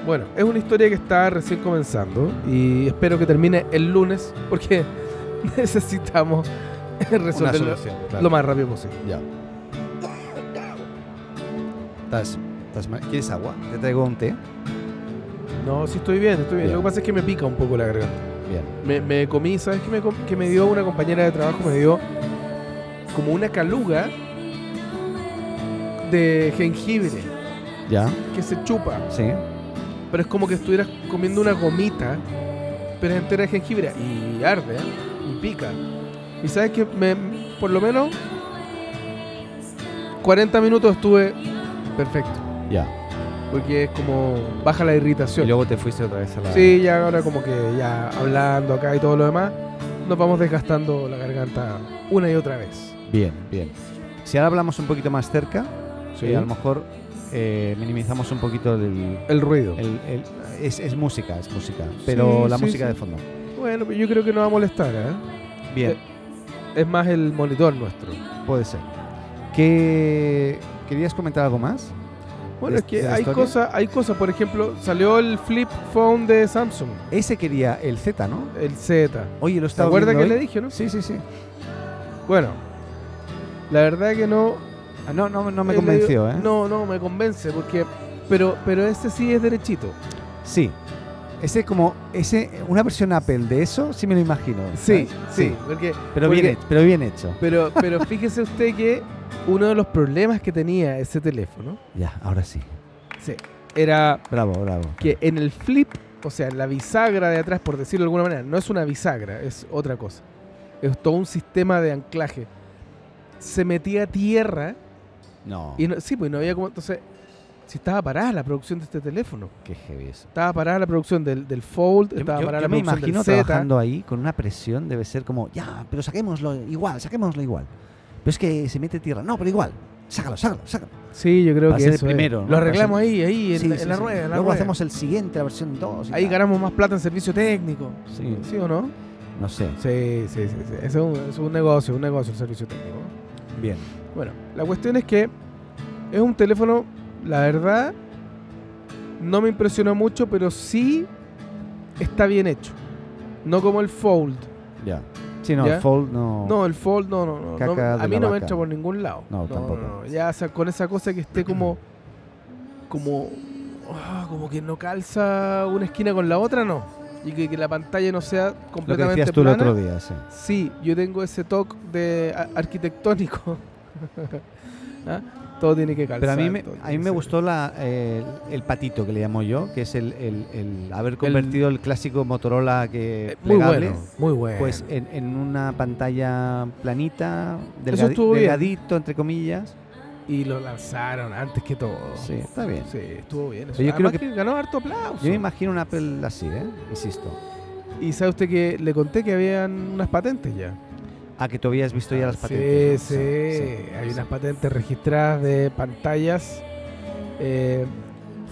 B: bueno, es una historia que está recién comenzando y espero que termine el lunes porque necesitamos
A: una
B: resolverlo
A: solución, claro.
B: lo más rápido posible.
A: Ya. ¿Estás, estás mal? ¿Quieres agua? Te traigo un té.
B: No, sí estoy bien, estoy bien.
A: Ya.
B: Lo que pasa es que me pica un poco la garganta.
A: Bien.
B: Me, me comí, ¿sabes qué me, com- que me dio una compañera de trabajo? Me dio como una caluga de jengibre
A: ¿Ya?
B: que se chupa.
A: Sí.
B: pero es como que estuvieras comiendo una gomita, pero es entera de jengibre y arde ¿eh? y pica. Y sabes que me, por lo menos 40 minutos estuve perfecto,
A: Ya.
B: porque es como baja la irritación.
A: Y luego te fuiste otra vez a la...
B: Sí, ya ahora como que ya hablando acá y todo lo demás, nos vamos desgastando la garganta una y otra vez.
A: Bien, bien. Si ahora hablamos un poquito más cerca, eh, a lo
B: el,
A: mejor eh, minimizamos un poquito el...
B: ruido.
A: el- el- es, es música, es música. Pero
B: Sí,
A: la
B: sí,
A: música
B: sí.
A: de fondo.
B: Bueno, pero yo creo que no va a molestar, ¿eh?
A: Bien,
B: Es más el monitor nuestro.
A: puede ser. ¿Qué... ¿Querías comentar algo más?
B: Bueno,
A: de-
B: es que
A: de la
B: hay
A: historia?
B: cosas, hay cosas, por ejemplo, salió el flip phone de Samsung,
A: Ese quería el Z, ¿no?
B: el Z.
A: Oye, lo
B: ¿Se
A: estaba
B: acuerda que
A: viendo
B: le
A: hoy.
B: dije, no?
A: Sí, sí, sí.
B: Bueno, la verdad que no.
A: Ah, No, no, no me
B: eh, le digo-
A: convenció, ¿eh?
B: No, no, me convence, porque. Pero, pero este sí es derechito.
A: Sí. Ese como ese una versión Apple de eso sí me lo imagino.
B: Sí,
A: ¿sabes?
B: ¿Eh? sí, Porque,
A: Pero
B: porque-
A: bien hecho, pero bien hecho.
B: Pero, pero fíjese usted que uno de los problemas que tenía ese teléfono
A: Ya, ahora sí.
B: sí, era
A: Bravo, bravo.
B: que en el flip, o sea, en la bisagra de atrás, por decirlo de alguna manera, no es una bisagra, es otra cosa. Es todo un sistema de anclaje. Se metía tierra
A: No.
B: y no, sí, pues no había como. Entonces, si estaba parada la producción de este teléfono,
A: Qué heavy eso.
B: estaba parada la producción del, del Fold,
A: Yo,
B: estaba
A: yo-
B: parada
A: yo
B: la
A: me
B: producción
A: imagino
B: del Z.
A: trabajando ahí con una presión, debe ser como, ya, pero saquémoslo igual, saquémoslo igual. Pero es que se mete tierra. No, pero igual. Sácalo, sácalo, sácalo.
B: Sí, yo creo
A: Para
B: que
A: ser el
B: eso es.
A: primero, ¿no?
B: Lo
A: Para
B: arreglamos
A: ser-
B: ahí, ahí, en,
A: Sí,
B: la,
A: sí,
B: en la
A: sí.
B: rueda. en la
A: Luego
B: rueda.
A: hacemos el siguiente, la versión 2. y
B: Ahí
A: tal.
B: ganamos más plata en servicio técnico.
A: Sí,
B: ¿Sí o no?
A: no sé.
B: Sí, sí, sí. sí. Es, un, es un negocio, un negocio el servicio técnico.
A: Bien.
B: Bueno, la cuestión es que es un teléfono, la verdad, no me impresionó mucho, pero sí está bien hecho. No como el Fold.
A: Ya. Sí, no,
B: ¿Ya?
A: el Fold no.
B: No, el Fold no, no, no.
A: Caca
B: no,
A: de
B: a mí
A: la
B: no me
A: vaca.
B: entra por ningún lado.
A: No, tampoco.
B: Ya o sea, con esa cosa que esté como. como. ah, como que no calza una esquina con la otra, no. Y que, que la pantalla no sea
A: Lo que
B: completamente
A: decías tú el
B: plana.
A: otro día, sí.
B: Sí, yo tengo ese toque de a- arquitectónico. ¿ah? Todo tiene que calzar.
A: Pero a mí me,
B: todo
A: a
B: tiene
A: mí
B: que
A: me
B: ser.
A: gustó la, eh, el, el patito que le llamo yo, que es el, el- el haber convertido el, clásico Motorola que
B: Eh, Muy
A: plegable,
B: bueno, muy bueno.
A: pues en, en una pantalla planita,
B: Eso
A: delgadi-
B: estuvo bien.
A: delgadito entre comillas.
B: y lo lanzaron antes que todo.
A: Sí, está bien.
B: Oh, Sí, estuvo bien. Eso.
A: Pero yo creo
B: Además que... ganó harto aplauso.
A: Yo me imagino un Apple así, ¿eh? insisto.
B: Y sabe usted que le conté que habían unas patentes ya.
A: Ah, que tú habías visto ya las
B: Sí,
A: patentes.
B: Sí,
A: ¿no?
B: Hay
A: sí.
B: unas patentes registradas de pantallas eh,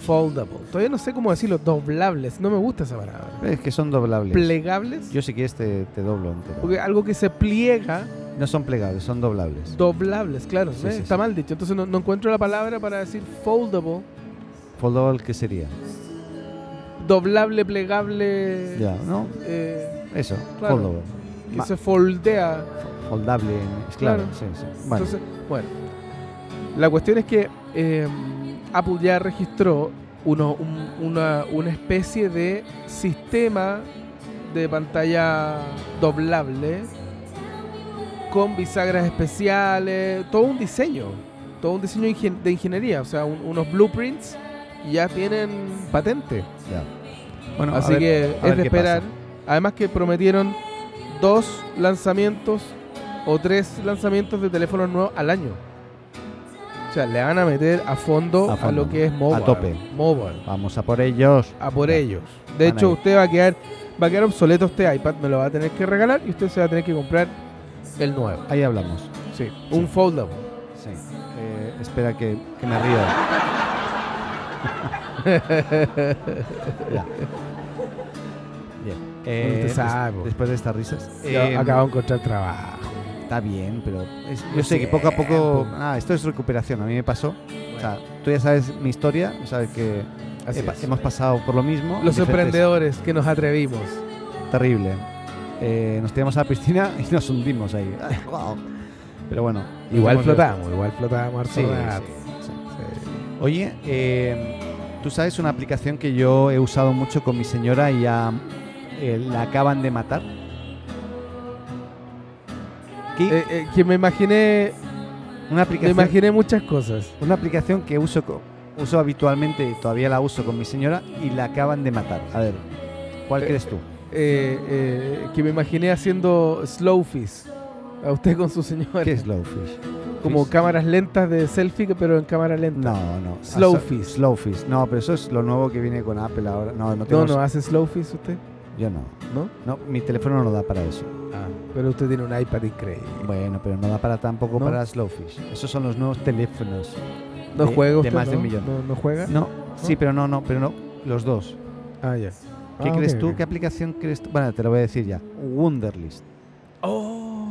B: foldable. Todavía no sé cómo decirlo, doblables. No me gusta esa palabra.
A: Es que son doblables.
B: Plegables.
A: Yo si quieres te, te doblo entero.
B: Porque algo que se pliega,
A: No son plegables, son doblables.
B: doblables, claro,
A: Sí,
B: ¿ves?
A: sí,
B: está
A: sí.
B: mal dicho. Entonces no, no encuentro la palabra para decir foldable,
A: Foldable, ¿qué sería?
B: doblable, plegable,
A: Ya, ¿no?
B: eh,
A: Eso,
B: Claro.
A: foldable.
B: que
A: Ma-
B: se foldea.
A: Foldable, es claro.
B: Claro.
A: Sí, sí. Bueno,
B: Entonces, bueno, la cuestión es que eh, Apple ya registró uno- un- una, una especie de sistema de pantalla doblable con bisagras especiales, todo un diseño, todo un diseño ingen- de ingeniería, o sea, un- unos blueprints que ya tienen patente.
A: ya. Bueno, a
B: Así
A: ver,
B: que
A: a ver
B: es de
A: qué pasa.
B: esperar. Además que prometieron dos lanzamientos o tres lanzamientos de teléfonos nuevos al año. O sea, le van a meter a fondo
A: A
B: a,
A: fondo,
B: lo que es mobile.
A: tope.
B: Mobile.
A: Vamos a por ellos.
B: A por
A: Ya.
B: ellos. De
A: Van
B: hecho,
A: ahí.
B: usted va a quedar va a quedar obsoleto este iPad, me lo va a tener que regalar y usted se va a tener que comprar el nuevo.
A: Ahí hablamos.
B: Sí, un foldable.
A: Sí. Eh, espera que, que me ría. ya. Bien. Eh,
B: Usted sabe,
A: des-
B: po.
A: después de estas risas.
B: Ya
A: eh,
B: acabo de encontrar trabajo.
A: Está bien, pero es-
B: Lo
A: yo sé que poco a poco.
B: siento.
A: Ah, esto es recuperación. A mí me pasó. O sea, tú ya sabes mi historia, sabes que
B: Así
A: he pa-
B: es.
A: hemos pasado por lo mismo.
B: Los
A: diferentes-
B: emprendedores que nos atrevimos.
A: Terrible. Eh, nos tiramos a la piscina y nos hundimos ahí. Pero bueno. nos
B: Igual
A: hemos divertido.
B: flotamos, igual flotamos harto
A: Sí,
B: rato.
A: sí, sí.
B: Sí.
A: Oye, eh, tú sabes una aplicación que yo he usado mucho con mi señora y ya eh, la acaban de matar. ¿Qué?
B: Eh, eh, que me imaginé,
A: una
B: me
A: aplicación.
B: imaginé muchas cosas.
A: Una aplicación que uso, co- uso habitualmente y todavía la uso con mi señora y la acaban de matar. A ver, ¿cuál
B: Eh,
A: crees tú?
B: Eh, eh, que me imaginé haciendo slow fish a usted con su señora.
A: ¿Qué es Slowfish?
B: Como
A: Fish?
B: cámaras lentas de selfie, que- pero en cámara lenta.
A: No, no. Ah,
B: Slow
A: so-
B: fish.
A: Slow fish. No, pero eso es lo nuevo que viene con Apple ahora. No, no tengo.
B: no, hace slow fish usted,
A: Yo no.
B: ¿no?
A: No, mi teléfono no da para eso.
B: Pero usted tiene un iPad increíble.
A: Bueno, pero no da para tampoco
B: ¿No?
A: para Slowfish. Esos son los nuevos teléfonos.
B: No
A: De-
B: juega
A: de
B: usted,
A: más de
B: ¿no?
A: un millón.
B: ¿No, ¿Eh? no juega?
A: No, sí, pero no, no, pero no. Los dos.
B: Ah, ya.
A: ¿Qué crees tú? ¿Qué aplicación crees tú? Bueno, te lo voy a decir ya. Wunderlist.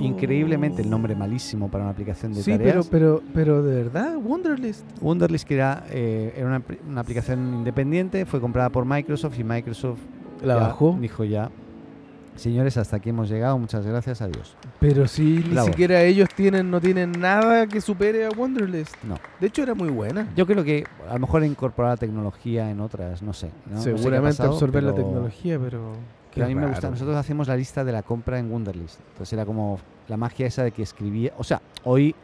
A: Increíblemente el nombre malísimo para una aplicación de
B: Oh. Sí,
A: tareas.
B: pero, pero, pero de verdad, Wonderlist.
A: Wunderlist, que era, eh, era una, apl- una aplicación independiente, fue comprada por Microsoft y Microsoft
B: La
A: ya
B: bajó.
A: dijo ya, señores, hasta aquí hemos llegado, muchas gracias, adiós.
B: Pero sí, ni
A: Bravo.
B: siquiera ellos tienen, no tienen nada que supere a Wonderlist.
A: No.
B: De hecho, era muy buena.
A: Yo creo que a lo mejor incorporar la tecnología en otras, no sé. ¿no? No sé qué ha
B: Seguramente
A: pasado,
B: absorber la
A: pero-
B: tecnología, pero.
A: pero a mí me
B: raro.
A: gusta, nosotros hacemos la lista de la compra en Wunderlist. Entonces era como la magia esa de que escribía, o sea, hoy...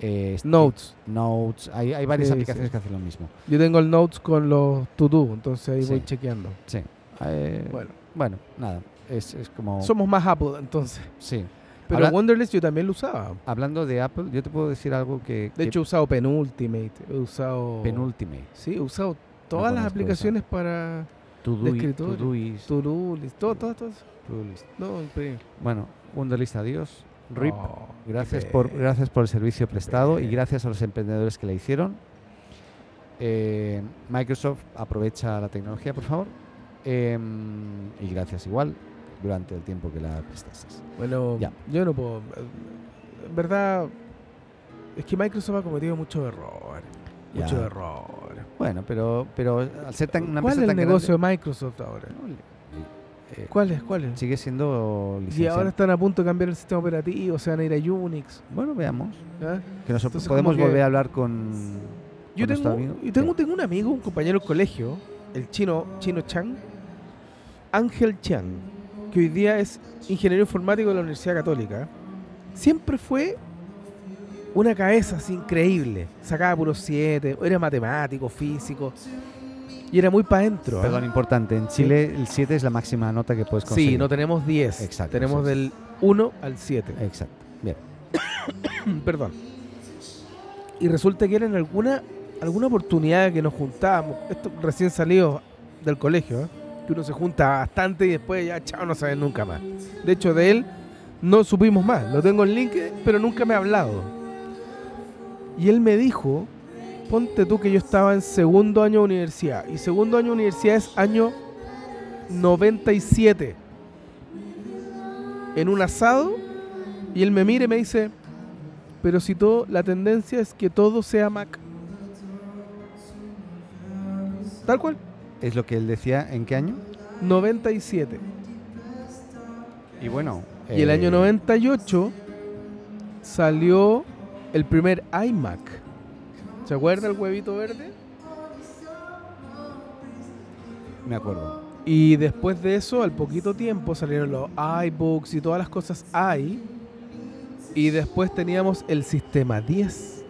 A: eh,
B: Notes.
A: Notes, hay, hay varias
B: Sí,
A: aplicaciones
B: sí.
A: que hacen lo mismo.
B: Yo tengo el Notes con los to do, entonces ahí
A: Sí.
B: voy chequeando.
A: Sí. Eh, bueno.
B: Bueno,
A: nada, es, es como...
B: somos más Apple entonces.
A: sí.
B: Pero
A: Oh. Habla-
B: Wonderlist yo también lo usaba.
A: Hablando de Apple, yo te puedo decir algo que.
B: De
A: que
B: hecho, he usado Penultimate, he usado.
A: Penultimate.
B: Sí, he usado todas las
A: conozco
B: aplicaciones para
A: To do,
B: De
A: it,
B: escritorio.
A: to do is,
B: to do, list, todo, todo, todo.
A: to list.
B: No, increíble.
A: Bueno, Wunderlist, adiós. RIP.
B: Oh,
A: gracias,
B: qué
A: por,
B: pena.
A: gracias por el servicio prestado y
B: pena.
A: gracias a los emprendedores que la hicieron. Eh, Microsoft aprovecha la tecnología, por favor. Em, y gracias igual durante el tiempo que la prestases.
B: Bueno,
A: Ya.
B: yo no puedo. eh, En verdad, es que Microsoft ha cometido muchos errores.
A: Ya.
B: Muchos errores.
A: Bueno, pero, pero al ser tan, una
B: ¿Cuál es
A: empresa
B: el
A: tan
B: negocio de Microsoft ahora?
A: grande, eh,
B: ¿Cuál es? ¿Cuál es?
A: sigue siendo
B: Y
A: licenciado.
B: ahora están a punto de cambiar el sistema operativo, se van a ir a Unix.
A: Bueno, veamos.
B: ¿ah?
A: Que nos
B: Entonces,
A: podemos
B: como que-
A: volver a hablar con.
B: Yo
A: con nuestro
B: tengo,
A: amigo.
B: yo tengo, tengo un amigo, un compañero del colegio, el chino, chino Chang, Ángel Chang, que hoy día es ingeniero informático de la Universidad Católica. Siempre fue una cabeza así increíble. Sacaba puros siete, era matemático, físico. Y era muy para adentro. ¿eh?
A: Perdón, importante. En Chile el 7 es la máxima nota que puedes conseguir.
B: Sí, no tenemos 10.
A: Exacto,
B: Tenemos
A: sí, sí.
B: del 1 al 7.
A: Exacto. Bien.
B: Perdón. Y resulta que era en alguna, alguna oportunidad que nos juntábamos, esto recién salidos del colegio, ¿eh? que uno se junta bastante y después ya, chao, no sabes nunca más. De hecho, de él no supimos más. Lo tengo en LinkedIn, pero nunca me ha hablado. Y él me dijo, ponte tú que yo estaba en segundo año de universidad. Y segundo año de universidad es año 97. En un asado. Y él me mira y me dice, pero si todo, la tendencia es que todo sea Mac. Tal cual,
A: Es lo que él decía en qué año.
B: 97.
A: Y bueno.
B: Y el
A: eh,
B: año 98 salió el primer iMac. ¿Se acuerda el huevito verde?
A: Me acuerdo.
B: Y después de eso, al poquito tiempo, salieron los iBooks y todas las cosas i. Y después teníamos el sistema 10.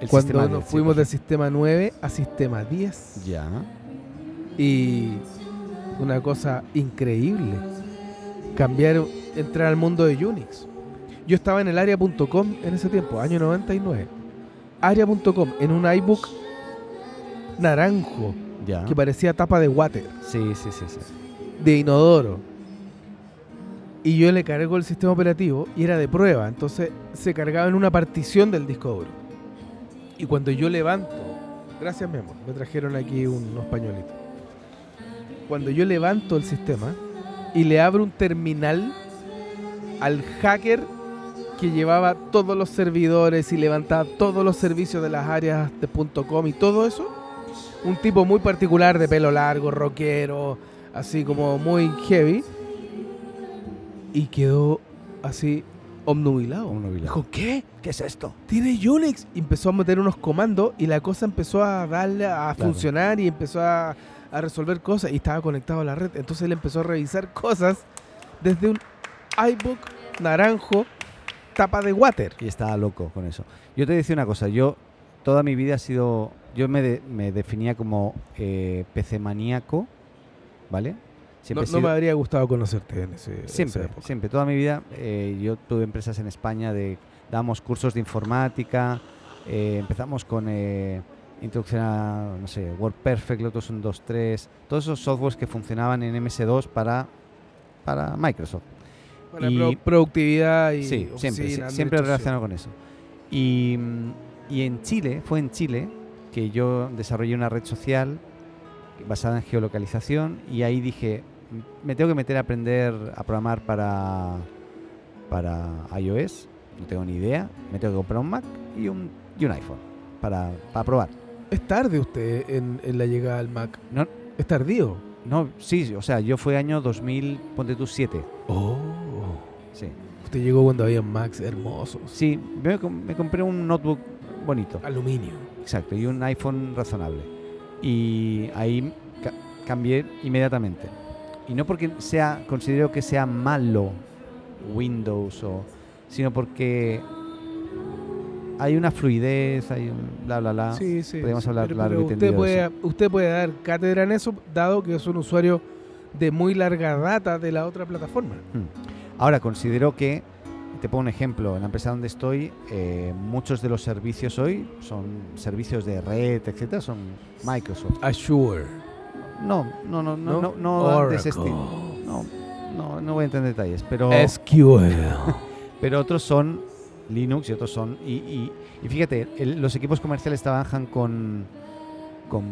A: El
B: cuando
A: sistema
B: nos
A: de-
B: fuimos del sistema 9 a sistema 10.
A: Ya.
B: Y una cosa increíble. Cambiar, entrar al mundo de Unix. Yo estaba en el área.com en ese tiempo, año 99. Área.com, en un iBook naranjo,
A: Ya.
B: que parecía tapa de water,
A: Sí, sí, sí, sí.
B: de inodoro. Y yo le cargo el sistema operativo y era de prueba, entonces se cargaba en una partición del disco duro. Y cuando yo levanto, gracias Memo, me trajeron aquí un- unos pañuelitos. Cuando yo levanto el sistema y le abro un terminal al hacker que llevaba todos los servidores y levantaba todos los servicios de las áreas de .com y todo eso, un tipo muy particular de pelo largo, rockero, así como muy heavy, y quedó así omnubilado.
A: Omnubilado.
B: Dijo, ¿qué?
A: ¿Qué es esto?
B: tiene Unix. Y empezó a meter unos comandos y la cosa empezó a darle a
A: Claro.
B: funcionar y empezó a, a resolver cosas y estaba conectado a la red. Entonces él empezó a revisar cosas desde un iBook naranjo tapa de water.
A: Y estaba loco con eso. Yo te decía una cosa. Yo toda mi vida he sido. Yo me, de- me definía como eh, PC maníaco. ¿Vale?
B: No,
A: Siempre he
B: no
A: sido-
B: me habría gustado conocerte en ese esa
A: Siempre,
B: época.
A: siempre. Toda mi vida eh, yo tuve empresas en España de dábamos cursos de informática, eh, empezamos con eh, introducción a, no sé, WordPerfect, Lotus 123, todos esos softwares que funcionaban en MS2 para, para Microsoft.
B: Para
A: Y-
B: pro- productividad y
A: Sí,
B: oficina,
A: siempre, sí, siempre
B: administración.
A: relacionado con eso. Y, mm, y en Chile, fue en Chile que yo desarrollé una red social basada en geolocalización y ahí dije, "M- me tengo que meter a aprender a programar para, para iOS, no tengo ni idea, me tengo que comprar un Mac y un, y un iPhone para, para probar.
B: Es tarde usted en, en la llegada al Mac.
A: No.
B: Es tardío.
A: No, sí, o sea, yo fue año 2000, ponte tú 7, Oh. sí.
B: Usted llegó cuando había Macs hermosos.
A: Sí, me, com- me compré un notebook bonito.
B: Aluminio.
A: Exacto, y un iPhone razonable. Y ahí ca- cambié inmediatamente. Y no porque sea, considero que sea malo Windows, o, sino porque hay una fluidez, hay un bla, bla, bla.
B: Sí, sí.
A: podríamos
B: sí,
A: hablar
B: pero-
A: largo
B: pero
A: y
B: usted
A: tendido de
B: puede, usted puede dar cátedra en eso, dado que es un usuario de muy larga data de la otra plataforma.
A: Ahora, considero que, te pongo un ejemplo, en la empresa donde estoy, eh, muchos de los servicios hoy son servicios de red, etcétera, son Microsoft.
B: Azure.
A: No, no, no, no, no, no,
B: Oracle.
A: antes este- No, no, no voy a entrar en detalles, pero...
B: SQL.
A: pero otros son Linux y otros son. Y, y- y fíjate, el- los equipos comerciales trabajan con, con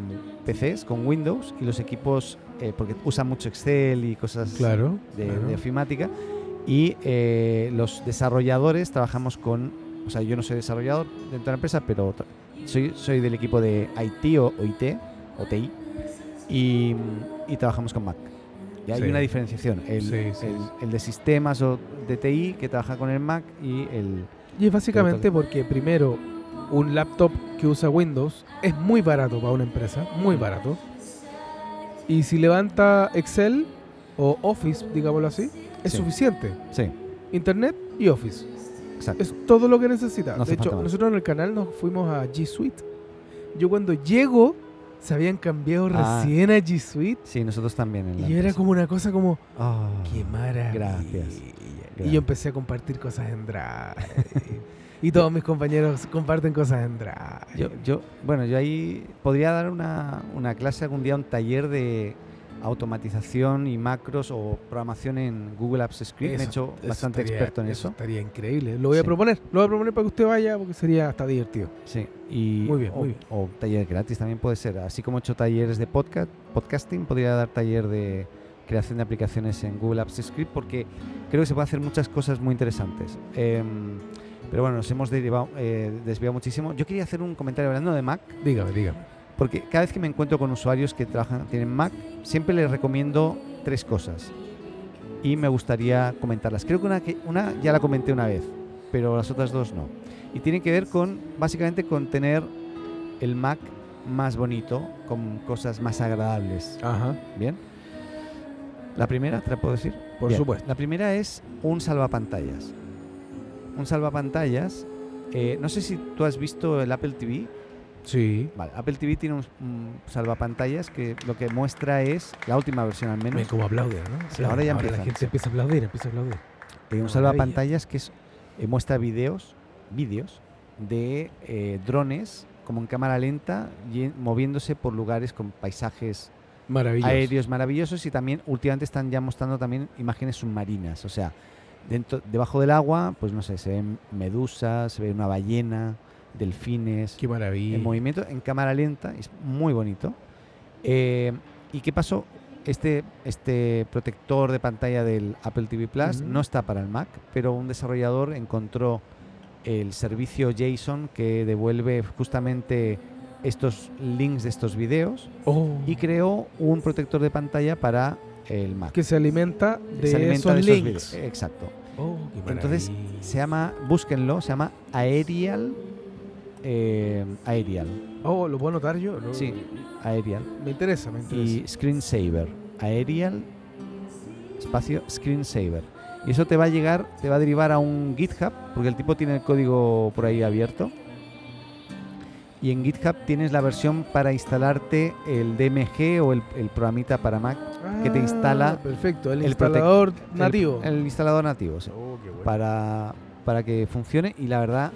A: PCs, con Windows, y los equipos, eh, porque usan mucho Excel y cosas
B: claro.
A: de,
B: claro.
A: de ofimática, y eh, los desarrolladores trabajamos con. O sea, yo no soy desarrollador dentro de la empresa, pero tra- soy, soy del equipo de IT o, o IT, o TI, y, y trabajamos con Mac. Y hay
B: Sí.
A: una diferenciación. El,
B: Sí, sí,
A: el-
B: sí.
A: el de sistemas o de TI que trabaja con el Mac y el...
B: Y es básicamente porque, primero, un laptop que usa Windows es muy barato para una empresa,
A: Mm.
B: muy barato. Y si levanta Excel o Office, digámoslo así, es
A: Sí.
B: suficiente.
A: Sí,
B: Internet y Office.
A: Exacto.
B: Es todo lo que necesita.
A: No hace
B: de hecho,
A: falta más.
B: nosotros en el canal nos fuimos a G Suite. Yo cuando llego, se habían cambiado
A: Ah.
B: recién a G Suite.
A: Sí, nosotros también. En la
B: Y yo era
A: empresa.
B: como una cosa como,
A: Ah,
B: qué maravilla.
A: gracias.
B: Y yo empecé a compartir cosas en Drive. y todos mis compañeros comparten cosas en Drive.
A: yo, yo- bueno, yo ahí podría dar una, una clase algún día, un taller de automatización y macros o programación en Google Apps Script. Me he hecho bastante
B: estaría-
A: experto en eso.
B: Estaría increíble. Lo voy a
A: Sí.
B: proponer. Lo voy a proponer para que usted vaya porque sería hasta divertido.
A: Sí, y
B: Muy bien,
A: o,
B: muy bien.
A: o taller gratis también puede ser. Así como he hecho talleres de podcast, podcasting, podría dar taller de creación de aplicaciones en Google Apps Script porque creo que se puede hacer muchas cosas muy interesantes. Em, pero bueno, nos hemos derivado, eh, desviado muchísimo. Yo quería hacer un comentario hablando de Mac,
B: Dígame, dígame.
A: porque cada vez que me encuentro con usuarios que trabajan, tienen Mac, siempre les recomiendo tres cosas y me gustaría comentarlas. Creo que una, que una ya la comenté una vez, pero las otras dos no. Y tiene que ver con, básicamente, con tener el Mac más bonito, con cosas más agradables.
B: Ajá.
A: ¿Bien? La primera, ¿te la puedo decir?
B: Por
A: Bien.
B: supuesto.
A: La primera es un salvapantallas. Un salvapantallas. eh, no sé si tú has visto el Apple TV.
B: Sí.
A: Vale, Apple TV tiene un, un salvapantallas que lo que muestra es, la última versión al menos,
B: Ven cómo aplaude, ¿no?
A: Sí, ahora ya
B: La
A: empiezan,
B: gente
A: sí.
B: empieza a aplaudir, empieza a aplaudir.
A: eh, un
B: Maravilla.
A: salvapantallas que es, eh, muestra vídeos vídeos de eh, drones como en cámara lenta y- moviéndose por lugares con paisajes
B: Maravilloso.
A: aéreos maravillosos y también últimamente están ya mostrando también imágenes submarinas, o sea, dentro, debajo del agua, pues no sé, se ven medusas, se ve una ballena, delfines,
B: Qué maravilla.
A: en movimiento, en cámara lenta, es muy bonito. Eh, ¿Y qué pasó? Este, este protector de pantalla del Apple TV Plus
B: Ujú.
A: no está para el Mac, pero un desarrollador encontró el servicio JSON que devuelve justamente estos links de estos videos
B: Oh.
A: y creó un protector de pantalla para el Mac.
B: que se alimenta de
A: se alimenta
B: esos
A: de esos
B: links.
A: vídeos. Exacto.
B: Oh, qué
A: Entonces,
B: maravilla.
A: Se llama, búsquenlo, se llama Aerial. eh, Aerial.
B: Oh, ¿lo puedo anotar yo? Lo-
A: Sí, Aerial.
B: Me interesa, me interesa.
A: y Screensaver. Aerial, espacio, Screensaver. Y eso te va a llegar, te va a derivar a un GitHub, porque el tipo tiene el código por ahí abierto. Y en GitHub tienes la versión para instalarte el DMG o el, el programita para Mac, que te
B: Ah,
A: instala
B: Perfecto, el,
A: el
B: instalador
A: el-
B: nativo.
A: El, instalador nativo, sí,
B: Oh, qué bueno.
A: para, para que funcione. Y la verdad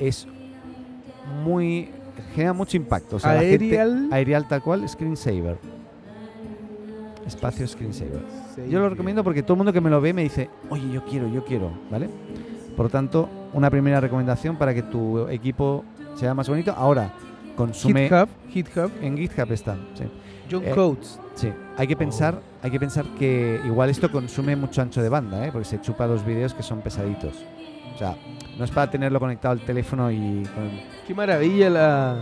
A: es muy. genera mucho impacto. O sea, la gente-
B: Aerial.
A: Aerial tal cual, Screensaver. Espacio Screensaver. Yo lo recomiendo porque todo el mundo que me lo ve me dice, oye, yo quiero, yo quiero, ¿vale? Por lo tanto, una primera recomendación para que tu equipo sea más bonito. Ahora, consume...
B: GitHub, GitHub,
A: En GitHub está, sí.
B: John
A: Eh,
B: Coates.
A: Sí, hay que pensar,
B: Oh.
A: hay que pensar que igual esto consume mucho ancho de banda, ¿eh? porque se chupa los vídeos que son pesaditos. O sea, no es para tenerlo conectado al teléfono y con-
B: Qué maravilla la,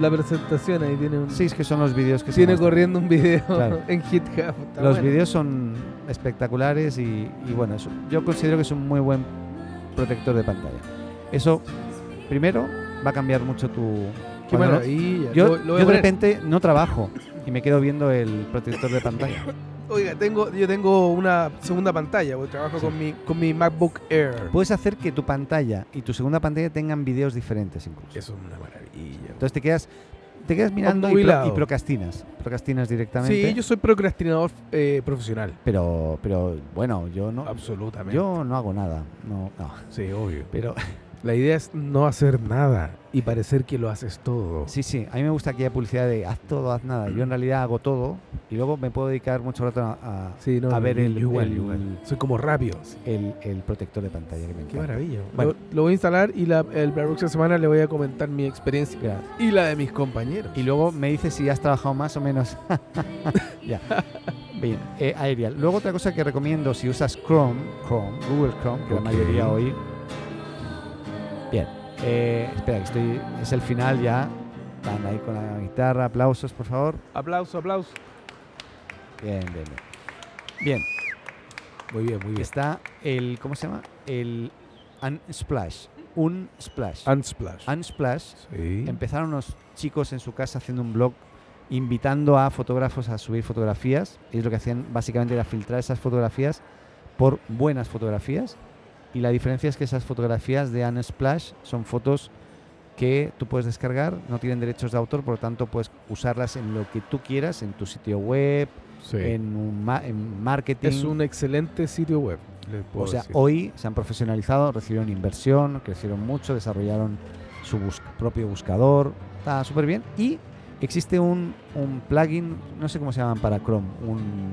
B: la presentación. Ahí tiene un.
A: sí, es que son los vídeos que se
B: tiene
A: muestran.
B: corriendo un video
A: Claro.
B: en GitHub. Está
A: Los
B: bueno.
A: vídeos son espectaculares y, y bueno, es- yo considero que es un muy buen protector de pantalla. Eso, primero, va a cambiar mucho tu...
B: Qué
A: cuando no-
B: maravilla.
A: yo
B: Lo- lo voy a
A: yo de
B: poner.
A: repente no trabajo y me quedo viendo el protector de pantalla.
B: Oiga, tengo, yo tengo una segunda pantalla, porque trabajo
A: Sí.
B: con, mi, con mi MacBook Air.
A: Puedes hacer que tu pantalla y tu segunda pantalla tengan videos diferentes incluso.
B: Eso es una maravilla.
A: Entonces te quedas, te quedas mirando y, pro-
B: Obnubilado.
A: y procrastinas. Procrastinas directamente.
B: Sí, yo soy procrastinador eh, profesional.
A: pero, pero bueno, yo no,
B: Absolutamente.
A: yo no hago nada. No, no.
B: Sí, obvio.
A: Pero
B: La idea es no hacer nada y parecer que lo haces todo.
A: Sí, sí, a mí me gusta aquella publicidad de haz todo, haz nada. Yo en realidad hago todo y luego me puedo dedicar mucho rato a, a-
B: Sí, no,
A: a ver
B: yo-
A: el,
B: yo igual,
A: el-
B: yo igual. Soy como rápido.
A: el- el protector de pantalla que me
B: Qué
A: encanta.
B: maravilla.
A: Bueno.
B: Lo, lo voy a instalar y la, el, la próxima semana le voy a comentar mi experiencia
A: Gracias.
B: y la de mis compañeros.
A: Y luego me dices si has trabajado más o menos. ya. Bien, eh, Aerial. Luego otra cosa que recomiendo si usas Chrome, Chrome, Google Chrome, que la
B: Ok.
A: mayoría hoy. Bien. eh, espera, que estoy. Es el final ya. Están ahí con la guitarra. Aplausos, por favor.
B: Aplauso, aplauso.
A: Bien, bien, bien. Bien.
B: Muy bien, muy bien.
A: está el ¿cómo se llama? el Unsplash un splash
B: Unsplash.
A: Unsplash
B: sí.
A: empezaron unos chicos en su casa haciendo un blog invitando a fotógrafos a subir fotografías ellos lo que hacían básicamente era filtrar esas fotografías por buenas fotografías Y la diferencia es que esas fotografías de Unsplash son fotos que tú puedes descargar, no tienen derechos de autor, por lo tanto puedes usarlas en lo que tú quieras, en tu sitio web,
D: Sí.
A: en, un ma- en marketing.
B: Es un excelente sitio web. les puedo
A: o sea,
B: decir.
A: hoy se han profesionalizado, recibieron inversión, crecieron mucho, desarrollaron su bus- propio buscador, está súper bien. Y existe un, un plugin, no sé cómo se llaman para Chrome, un,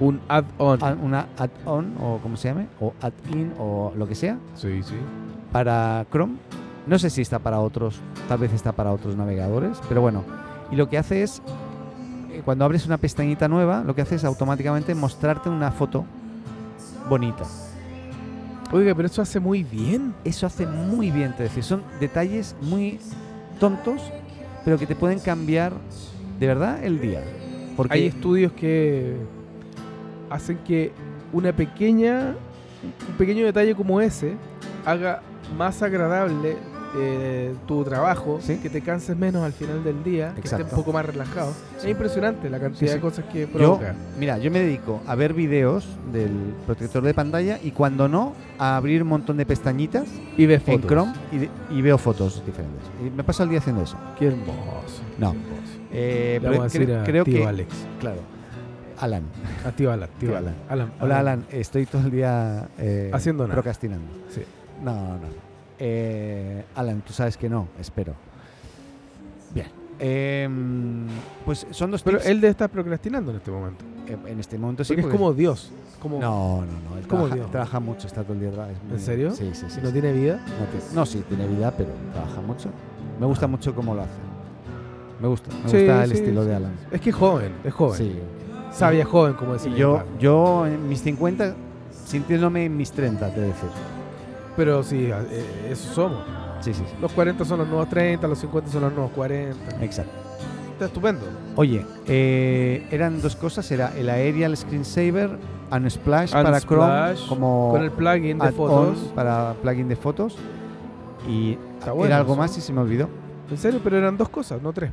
B: un add-on.
A: a- una add-on o como se llame, o add-in o lo que sea,
D: Sí, sí.
A: para Chrome. No sé si está para otros, tal vez está para otros navegadores, pero bueno. Y lo que hace es, eh, cuando abres una pestañita nueva, lo que hace es automáticamente mostrarte una foto bonita.
B: Oiga, pero eso hace muy bien.
A: Eso hace muy bien, te decía. Son detalles muy tontos, pero que te pueden cambiar de verdad el día. Porque
B: Hay estudios que hacen que una pequeña, un pequeño detalle como ese haga más agradable eh, tu trabajo,
A: Sí.
B: que te canses menos al final del día, que estés
A: Exacto.
B: un poco más relajado.
A: Sí.
B: Es impresionante la cantidad
A: Sí, sí.
B: de cosas que
A: Yo,
B: provoca.
A: mira, yo me dedico a ver videos del protector de pantalla y cuando no, a abrir un montón de pestañitas
B: y ves
A: en Chrome y, de- y veo fotos diferentes. Y me paso el día haciendo eso.
B: Qué hermoso. qué
A: No.
B: hermoso.
A: Eh,
B: Le
A: pero
B: vamos a
A: cre-
B: decir a
A: creo
B: tío
A: que,
B: Alex.
A: claro, Alan.
B: A tío Alan. tío
A: Tío
B: Alan. Alan,
A: Hola, Alan. Estoy todo el día eh,
B: Haciendo nada.
A: procrastinando.
B: Sí.
A: No, no, no. Eh, Alan, tú sabes que no, espero. Bien. Em, pues son dos
B: Pero
A: tips.
B: él debe estar procrastinando en este momento.
A: Eh, en este momento sí.
B: Porque es
A: porque-
B: como Dios. Como
A: No, no, no. Él
B: ¿Cómo
A: trabaja,
B: Dios?
A: trabaja mucho, está todo el día. tra- es muy-
B: serio?
A: Sí, sí, sí.
B: si no
A: sí.
B: tiene vida.
A: No, ti- no, sí, tiene vida, pero trabaja mucho. Me gusta mucho cómo lo hace. Me gusta, me
B: Sí,
A: gusta el
B: sí,
A: estilo
B: sí,
A: de Alan.
B: Es que es joven, es joven.
A: Sí.
B: Sabia joven, como
A: Y
B: decía. mi
A: yo,
B: papá.
A: yo en mis 50, sintiéndome en mis 30, te decir.
B: Pero sí, a- eh, eso somos.
A: Sí, sí, sí.
B: Los 40 son los nuevos 30, los 50 son los nuevos 40.
A: Exacto.
B: Está estupendo.
A: Oye, eh, eran dos cosas, era el Aerial Screensaver, Unsplash, para Chrome
B: Unsplash,
A: como
B: Con el plugin de
A: Oh, add-on
B: fotos.
A: para plugin de fotos y
B: Está
A: era
B: bueno
A: algo
B: eso.
A: más y se me olvidó.
B: En serio, pero eran dos cosas, no tres.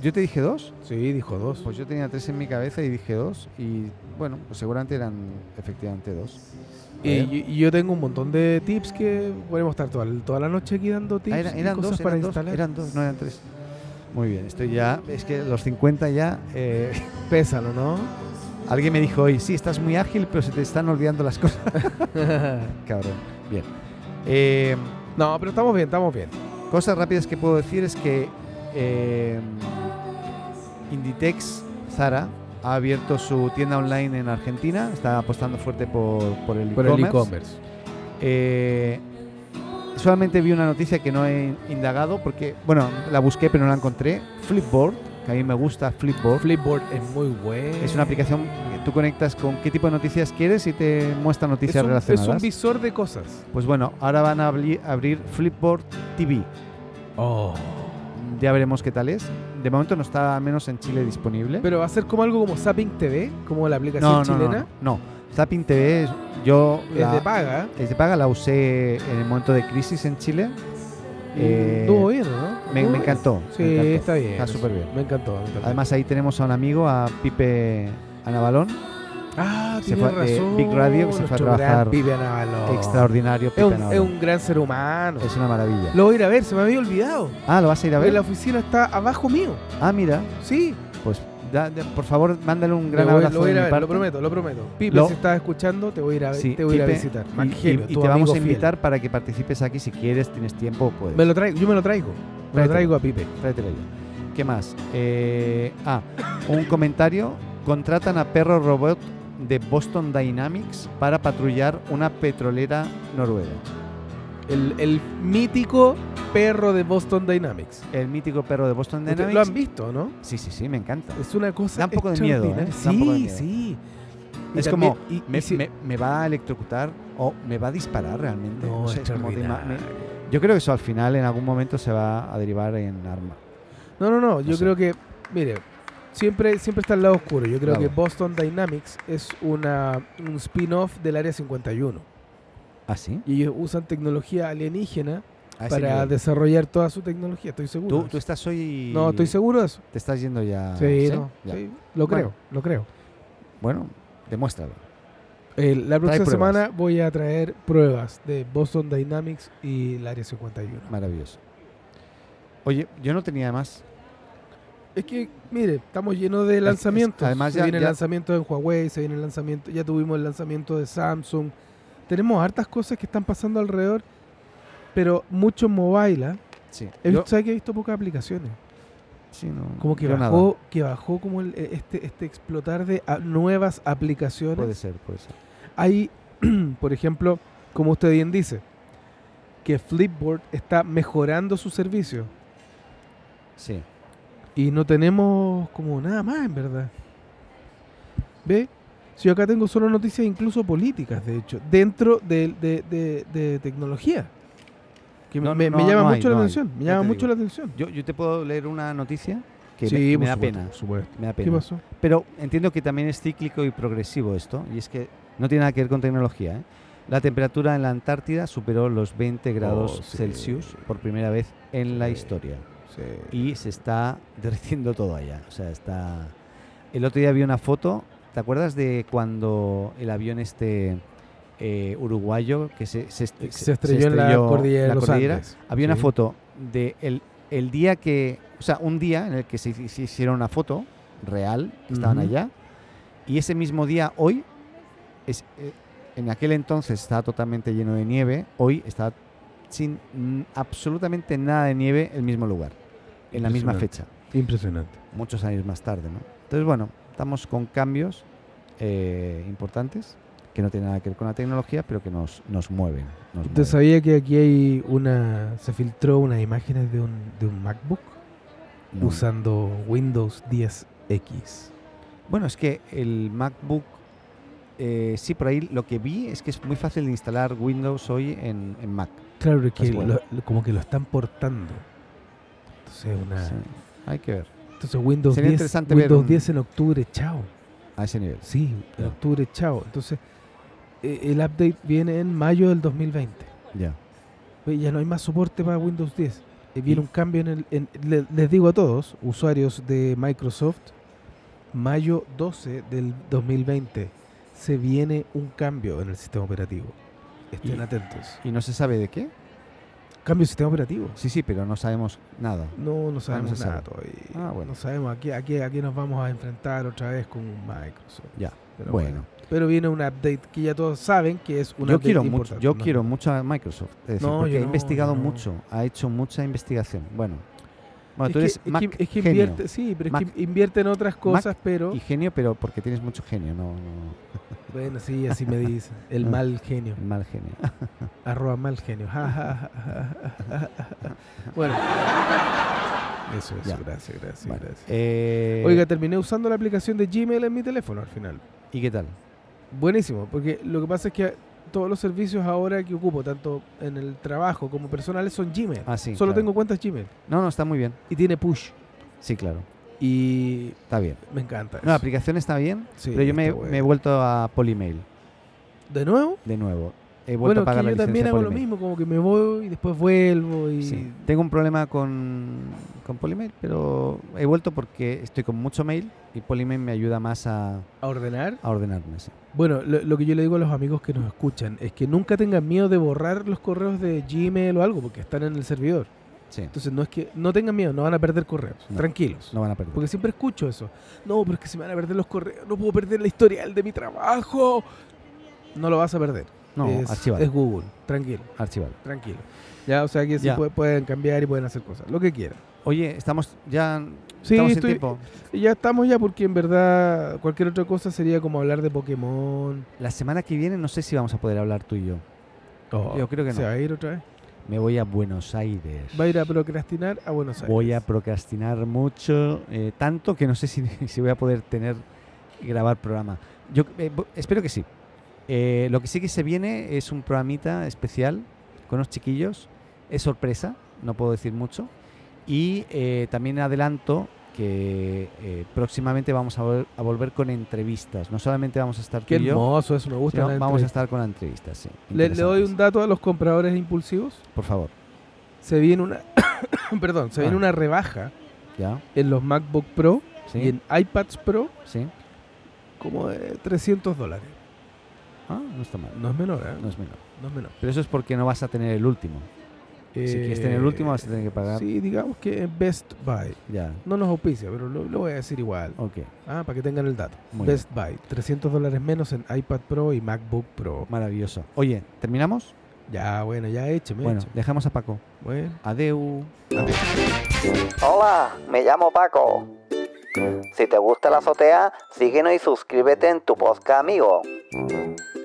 A: Yo te dije dos,
B: Sí, dijo dos.
A: pues yo tenía tres en mi cabeza y dije dos y bueno, pues seguramente eran efectivamente dos. Eh,
B: Y, y- y yo tengo un montón de tips que podemos estar toda, toda la noche aquí dando tips.
A: Ah, era-
B: y
A: eran
B: cosas
A: dos,
B: para
A: eran dos,
B: instalar.
A: eran dos, no eran tres. Muy bien, estoy ya, es que los 50 ya... eh,
B: Pésalo, ¿no?
A: alguien me dijo hoy, sí, estás muy ágil, pero se te están olvidando las cosas. Cabrón, bien. Eh,
B: no, pero estamos bien, estamos bien.
A: Cosas rápidas que puedo decir es que eh, Inditex Zara ha abierto su tienda online en Argentina, está apostando fuerte por, por el
B: Por el
A: e-commerce.
B: e-commerce.
A: Eh, solamente vi una noticia que no he indagado porque, bueno, la busqué pero no la encontré. Flipboard, que a mí me gusta Flipboard.
B: Flipboard es muy bueno.
A: es una aplicación que tú conectas con qué tipo de noticias quieres y te muestra
B: Es
A: noticias
B: un- es
A: relacionadas.
B: un visor de cosas.
A: pues bueno, ahora van a abri- abrir Flipboard TV.
B: Oh.
A: Ya veremos qué tal es. De momento no está al menos en Chile disponible.
B: Pero va a ser como algo como Zapping TV, como la aplicación
A: no, no, no,
B: chilena.
A: no, no. Zapping TV es- yo
B: Es
A: la,
B: de paga.
A: es de paga, la usé en el momento de crisis en Chile.
B: Mm,
A: Eh,
B: Estuvo bien, ¿no?
A: Me,
B: Estuvo
A: me
B: bien.
A: encantó.
B: Sí,
A: me encantó.
B: está bien.
A: Está súper bien.
B: Me encantó, me encantó.
A: Además ahí tenemos a un amigo, a Pipe Anabalón,
B: ah,
A: se
B: tiene
A: fue de
B: razón.
A: Big Radio, que se fue a
B: nuestro gran
A: trabajar
B: Pipe Anabalón.
A: extraordinario
B: Oh. Es
A: Pipe
B: un, es
A: Anabalón.
B: un gran ser humano.
A: Es una maravilla.
B: Lo voy a ir a ver, se me había olvidado.
A: Ah, ¿lo vas a ir a
B: La
A: ver?
B: oficina está abajo mío.
A: Ah, mira,
B: Sí,
A: pues da- de- por favor, mándale un gran
B: Lo voy-
A: abrazo
B: lo voy a ir
A: de
B: a
A: mi
B: ver,
A: parte.
B: lo prometo, lo prometo. Pipe,
A: Lo-
B: si estás escuchando, te voy a ir a,
A: Sí,
B: te voy a ir a
A: Pipe,
B: visitar.
A: y-
B: Mangelio,
A: y- y
B: tu
A: te
B: amigo
A: vamos a
B: fiel.
A: invitar para que participes aquí si quieres, tienes tiempo pues, o puedes.
B: Me lo traigo, yo me lo traigo. Me lo
A: Tráetelo.
B: traigo a Pipe.
A: Tráetelo ya. ¿Qué más? Eh, ah, un comentario. Contratan a perro robot de Boston Dynamics para patrullar una petrolera noruega.
B: El, el mítico perro de Boston Dynamics.
A: El mítico perro de Boston
B: Ustedes
A: Dynamics.
B: Lo han visto, ¿no?
A: Sí, sí, sí, me encanta.
B: Es una cosa.
A: Da un poco de miedo,
B: extraordinaria.
A: ¿eh?
B: Sí,
A: Da un poco de miedo.
B: sí. Y
A: Es
B: también-
A: como,
B: y-
A: me,
B: y si-
A: me- me va a electrocutar o me va a disparar realmente?
B: No,
A: No sé, es como de ma-
B: extraordinario.
A: me- Yo creo que eso al final en algún momento se va a derivar en arma.
B: No, no, no. Yo
A: No sé.
B: creo que, mire, siempre, siempre está el lado oscuro. Yo creo
A: Claro.
B: que Boston Dynamics es una, un spin-off del Área 51.
A: ¿Ah, sí?
B: Y ellos usan tecnología alienígena
A: A ese
B: para
A: nivel.
B: desarrollar toda su tecnología. Estoy seguro.
A: ¿Tú,
B: de
A: tú
B: eso.
A: estás hoy...
B: No, estoy seguro de eso.
A: Te estás yendo ya...
B: sí, no,
A: Ya.
B: sí, lo
A: Bueno.
B: creo, lo creo.
A: Bueno, demuéstralo.
B: Eh, la próxima
A: pruebas.
B: semana voy a traer pruebas de Boston Dynamics y el Área 51.
A: Maravilloso. Oye, yo no tenía más.
B: Es que, mire, estamos llenos de lanzamientos.
A: además
B: se
A: ya-
B: viene el
A: ya-
B: lanzamiento en Huawei, se viene el lanzamiento, ya tuvimos el lanzamiento de Samsung. Tenemos hartas cosas que están pasando alrededor, pero mucho mobile. ¿ah?
A: Sí.
B: He
A: Yo-
B: visto, ¿sabe que he visto pocas aplicaciones?
A: sí, no,
B: Como que
A: yo nada.
B: bajó, que bajó como el- este, este explotar de a- nuevas aplicaciones.
A: Puede ser, puede ser.
B: Hay, por ejemplo, como usted bien dice, que Flipboard está mejorando su servicio
A: Sí.
B: y no tenemos como nada más en verdad. ¿Ve? Si yo acá tengo solo noticias incluso políticas, de hecho, dentro de, de- de- de tecnología. Que
A: No,
B: me,
A: no,
B: me llama
A: no hay,
B: mucho la
A: no hay.
B: atención. Me
A: Ya
B: llama
A: te
B: mucho
A: digo.
B: la atención.
A: Yo, yo te puedo leer una noticia que
B: Sí,
A: me- me,
B: por
A: da
B: supuesto,
A: pena.
B: por supuesto.
A: Me da
B: ¿Qué
A: pena.
B: pasó?
A: Pero entiendo que también es cíclico y progresivo esto, y es que no tiene nada que ver con tecnología. ¿eh? La temperatura en la Antártida superó los 20 grados
B: Oh, sí.
A: Celsius por primera vez en la
B: Sí.
A: historia.
B: Sí.
A: Y se está derritiendo todo allá. O sea, está... El otro día vi una foto, ¿te acuerdas de cuando el avión este eh, uruguayo que se, se, est-
B: Se
A: se-
B: estrelló en la cordillera de los Andes.
A: Había una
B: Sí.
A: foto de el, el día que, o sea, un día en el que se, hici- se hicieron una foto real, que estaban
B: Ujú.
A: allá, y ese mismo día, hoy, es, eh, en aquel entonces estaba totalmente lleno de nieve, hoy está sin mm, absolutamente nada de nieve el mismo lugar, en la misma
B: Impresionante.
A: fecha
B: Impresionante.
A: muchos años más tarde. ¿no? Entonces, bueno, estamos con cambios eh, importantes que no tienen nada que ver con la tecnología, pero que nos, nos mueven. nos
B: ¿Usted
A: mueven.
B: sabía que aquí hay una. se filtró unas imágenes de un, de un MacBook
A: No.
B: usando Windows 10X?
A: Bueno, es que el MacBook, eh, sí, por ahí lo que vi es que es muy fácil de instalar Windows hoy en, en Mac.
B: Claro, es
A: Pues
B: que
A: bueno.
B: lo- lo- como que lo están portando. Entonces, una,
A: Sí, Hay que ver
B: entonces Windows,
A: Sería
B: 10,
A: interesante ver
B: Windows
A: un-
B: 10 en octubre, chao.
A: a ese nivel.
B: Sí, en
A: Ya.
B: octubre, chao. Entonces, eh, el update viene en mayo del 2020.
A: Ya.
B: Oye, ya no hay más soporte para Windows 10. Eh, Viene
A: Y-
B: un cambio en el... en- le- les digo a todos, usuarios de Microsoft, mayo 12 del 2020 se viene un cambio en el sistema operativo. Estén
A: Y-
B: atentos.
A: ¿Y no se sabe de qué?
B: Cambio de sistema operativo.
A: Sí, sí, pero no sabemos nada.
B: No, no sabemos
A: Ah, se
B: nada
A: sabe.
B: todavía.
A: Ah, bueno.
B: No sabemos a qué, a, qué, a qué nos vamos a enfrentar otra vez con Microsoft.
A: Ya.
B: Pero
A: bueno,
B: Pero viene un update que ya todos saben que es un
A: yo
B: update
A: quiero mucho,
B: importante,
A: yo
B: ¿no?
A: quiero mucho a Microsoft, es decir,
B: No,
A: porque
B: yo
A: ha
B: no,
A: investigado
B: yo no.
A: mucho, ha hecho mucha investigación. Bueno, bueno, tú
B: Es que-
A: eres
B: es que-
A: Mac
B: es que
A: genio
B: invierte, sí, pero es
A: Mac-
B: que invierte en otras cosas, pero
A: y genio, pero porque tienes mucho genio, no, no
B: Bueno, sí, así me dicen. El
A: Ah.
B: mal genio.
A: mal genio.
B: Arroba mal genio. Ja, ja, ja, ja, ja, ja. bueno. Eso, eso.
A: Ya.
B: Gracias, gracias,
A: Vale.
B: gracias.
A: Eh,
B: Oiga, terminé usando la aplicación de Gmail en mi teléfono al final.
A: ¿y qué tal?
B: Buenísimo, porque lo que pasa es que todos los servicios ahora que ocupo, tanto en el trabajo como personales, son Gmail.
A: Ah, sí,
B: Solo
A: claro.
B: tengo cuentas Gmail.
A: No, no, está muy bien.
B: Y tiene push.
A: Sí, claro,
B: Y
A: está bien.
B: me encanta.
A: No, la
B: eso.
A: aplicación está bien,
B: Pues Sí,
A: pero yo me,
B: está bueno.
A: me he vuelto a Polymail
B: ¿De nuevo?
A: de nuevo. He vuelto
B: Bueno,
A: a
B: es
A: pagar la
B: que yo
A: licencia
B: también hago lo
A: Polymail.
B: mismo, como que me voy y después vuelvo y...
A: Sí. Tengo un problema con, con Polymail, pero he vuelto porque estoy con mucho mail y Polymail me ayuda más a,
B: a ordenar.
A: a ordenarme. sí.
B: Bueno, lo, lo que yo le digo a los amigos que nos escuchan es que nunca tengan miedo de borrar los correos de Gmail o algo porque están en el servidor.
A: Sí,
B: Entonces no es que no tengan miedo, no van a perder correos,
A: No.
B: tranquilos.
A: no van a perder.
B: Porque siempre escucho eso. No, pero es que se me van a perder los correos, no puedo perder la historial de mi trabajo. No lo vas a perder.
A: No,
B: es,
A: archivado.
B: es Google, tranquilo,
A: archivado.
B: tranquilo. Ya, o sea que sí
A: Ya.
B: puede- pueden cambiar y pueden hacer cosas, lo que quieran.
A: Oye, estamos ya
B: Sí,
A: estamos
B: estoy-
A: en tiempo.
B: Y ya estamos ya porque en verdad cualquier otra cosa sería como hablar de Pokémon.
A: La semana que viene no sé si vamos a poder hablar tú y yo.
B: Oh,
A: Yo creo que
B: ¿Se
A: no.
B: va a ir otra vez?
A: Me voy a Buenos Aires.
B: Va a ir a procrastinar a Buenos Aires.
A: Voy a procrastinar mucho, eh, tanto que no sé si, si voy a poder tener grabar programa. Yo eh, bo- espero que sí. Eh, lo que sí que se viene es un programita especial con los chiquillos. Es sorpresa, no puedo decir mucho. Y eh, también adelanto que eh, próximamente vamos a, vol- a volver con entrevistas. No solamente vamos a estar tú
B: Qué
A: y yo,
B: hermoso, eso me gusta.
A: sino
B: la
A: vamos a
B: entrevista.
A: estar con entrevistas. sí,
B: le, le doy un
A: interesantes.
B: dato a los compradores impulsivos.
A: Por favor,
B: Se viene una, perdón, se viene
A: Ah.
B: una rebaja
A: ¿ya?
B: en los MacBook Pro
A: ¿Sí?
B: y en iPads Pro
A: ¿Sí?
B: como de 300 dólares.
A: Ah, no está mal.
B: No es menor, ¿eh?
A: No es menor.
B: No es menor.
A: Pero eso es porque no vas a tener el último. Si quieres tener el último, vas a tener que pagar.
B: Eh, Sí, digamos que Best Buy.
A: Ya,
B: No nos auspicia, pero lo, lo voy a decir igual.
A: ok.
B: Ah, para que tengan el dato.
A: Oh. Muy
B: Best Buy, 300 dólares menos en iPad Pro y MacBook Pro.
A: Maravilloso. Oye, ¿terminamos?
B: Ya, bueno, ya écheme.
A: Bueno,
B: écheme.
A: dejamos a Paco.
B: Bueno.
A: Adeu.
D: Hola, me llamo Paco. Si te gusta la azotea, síguenos y suscríbete en tu podcast amigo.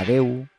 A: Adeu.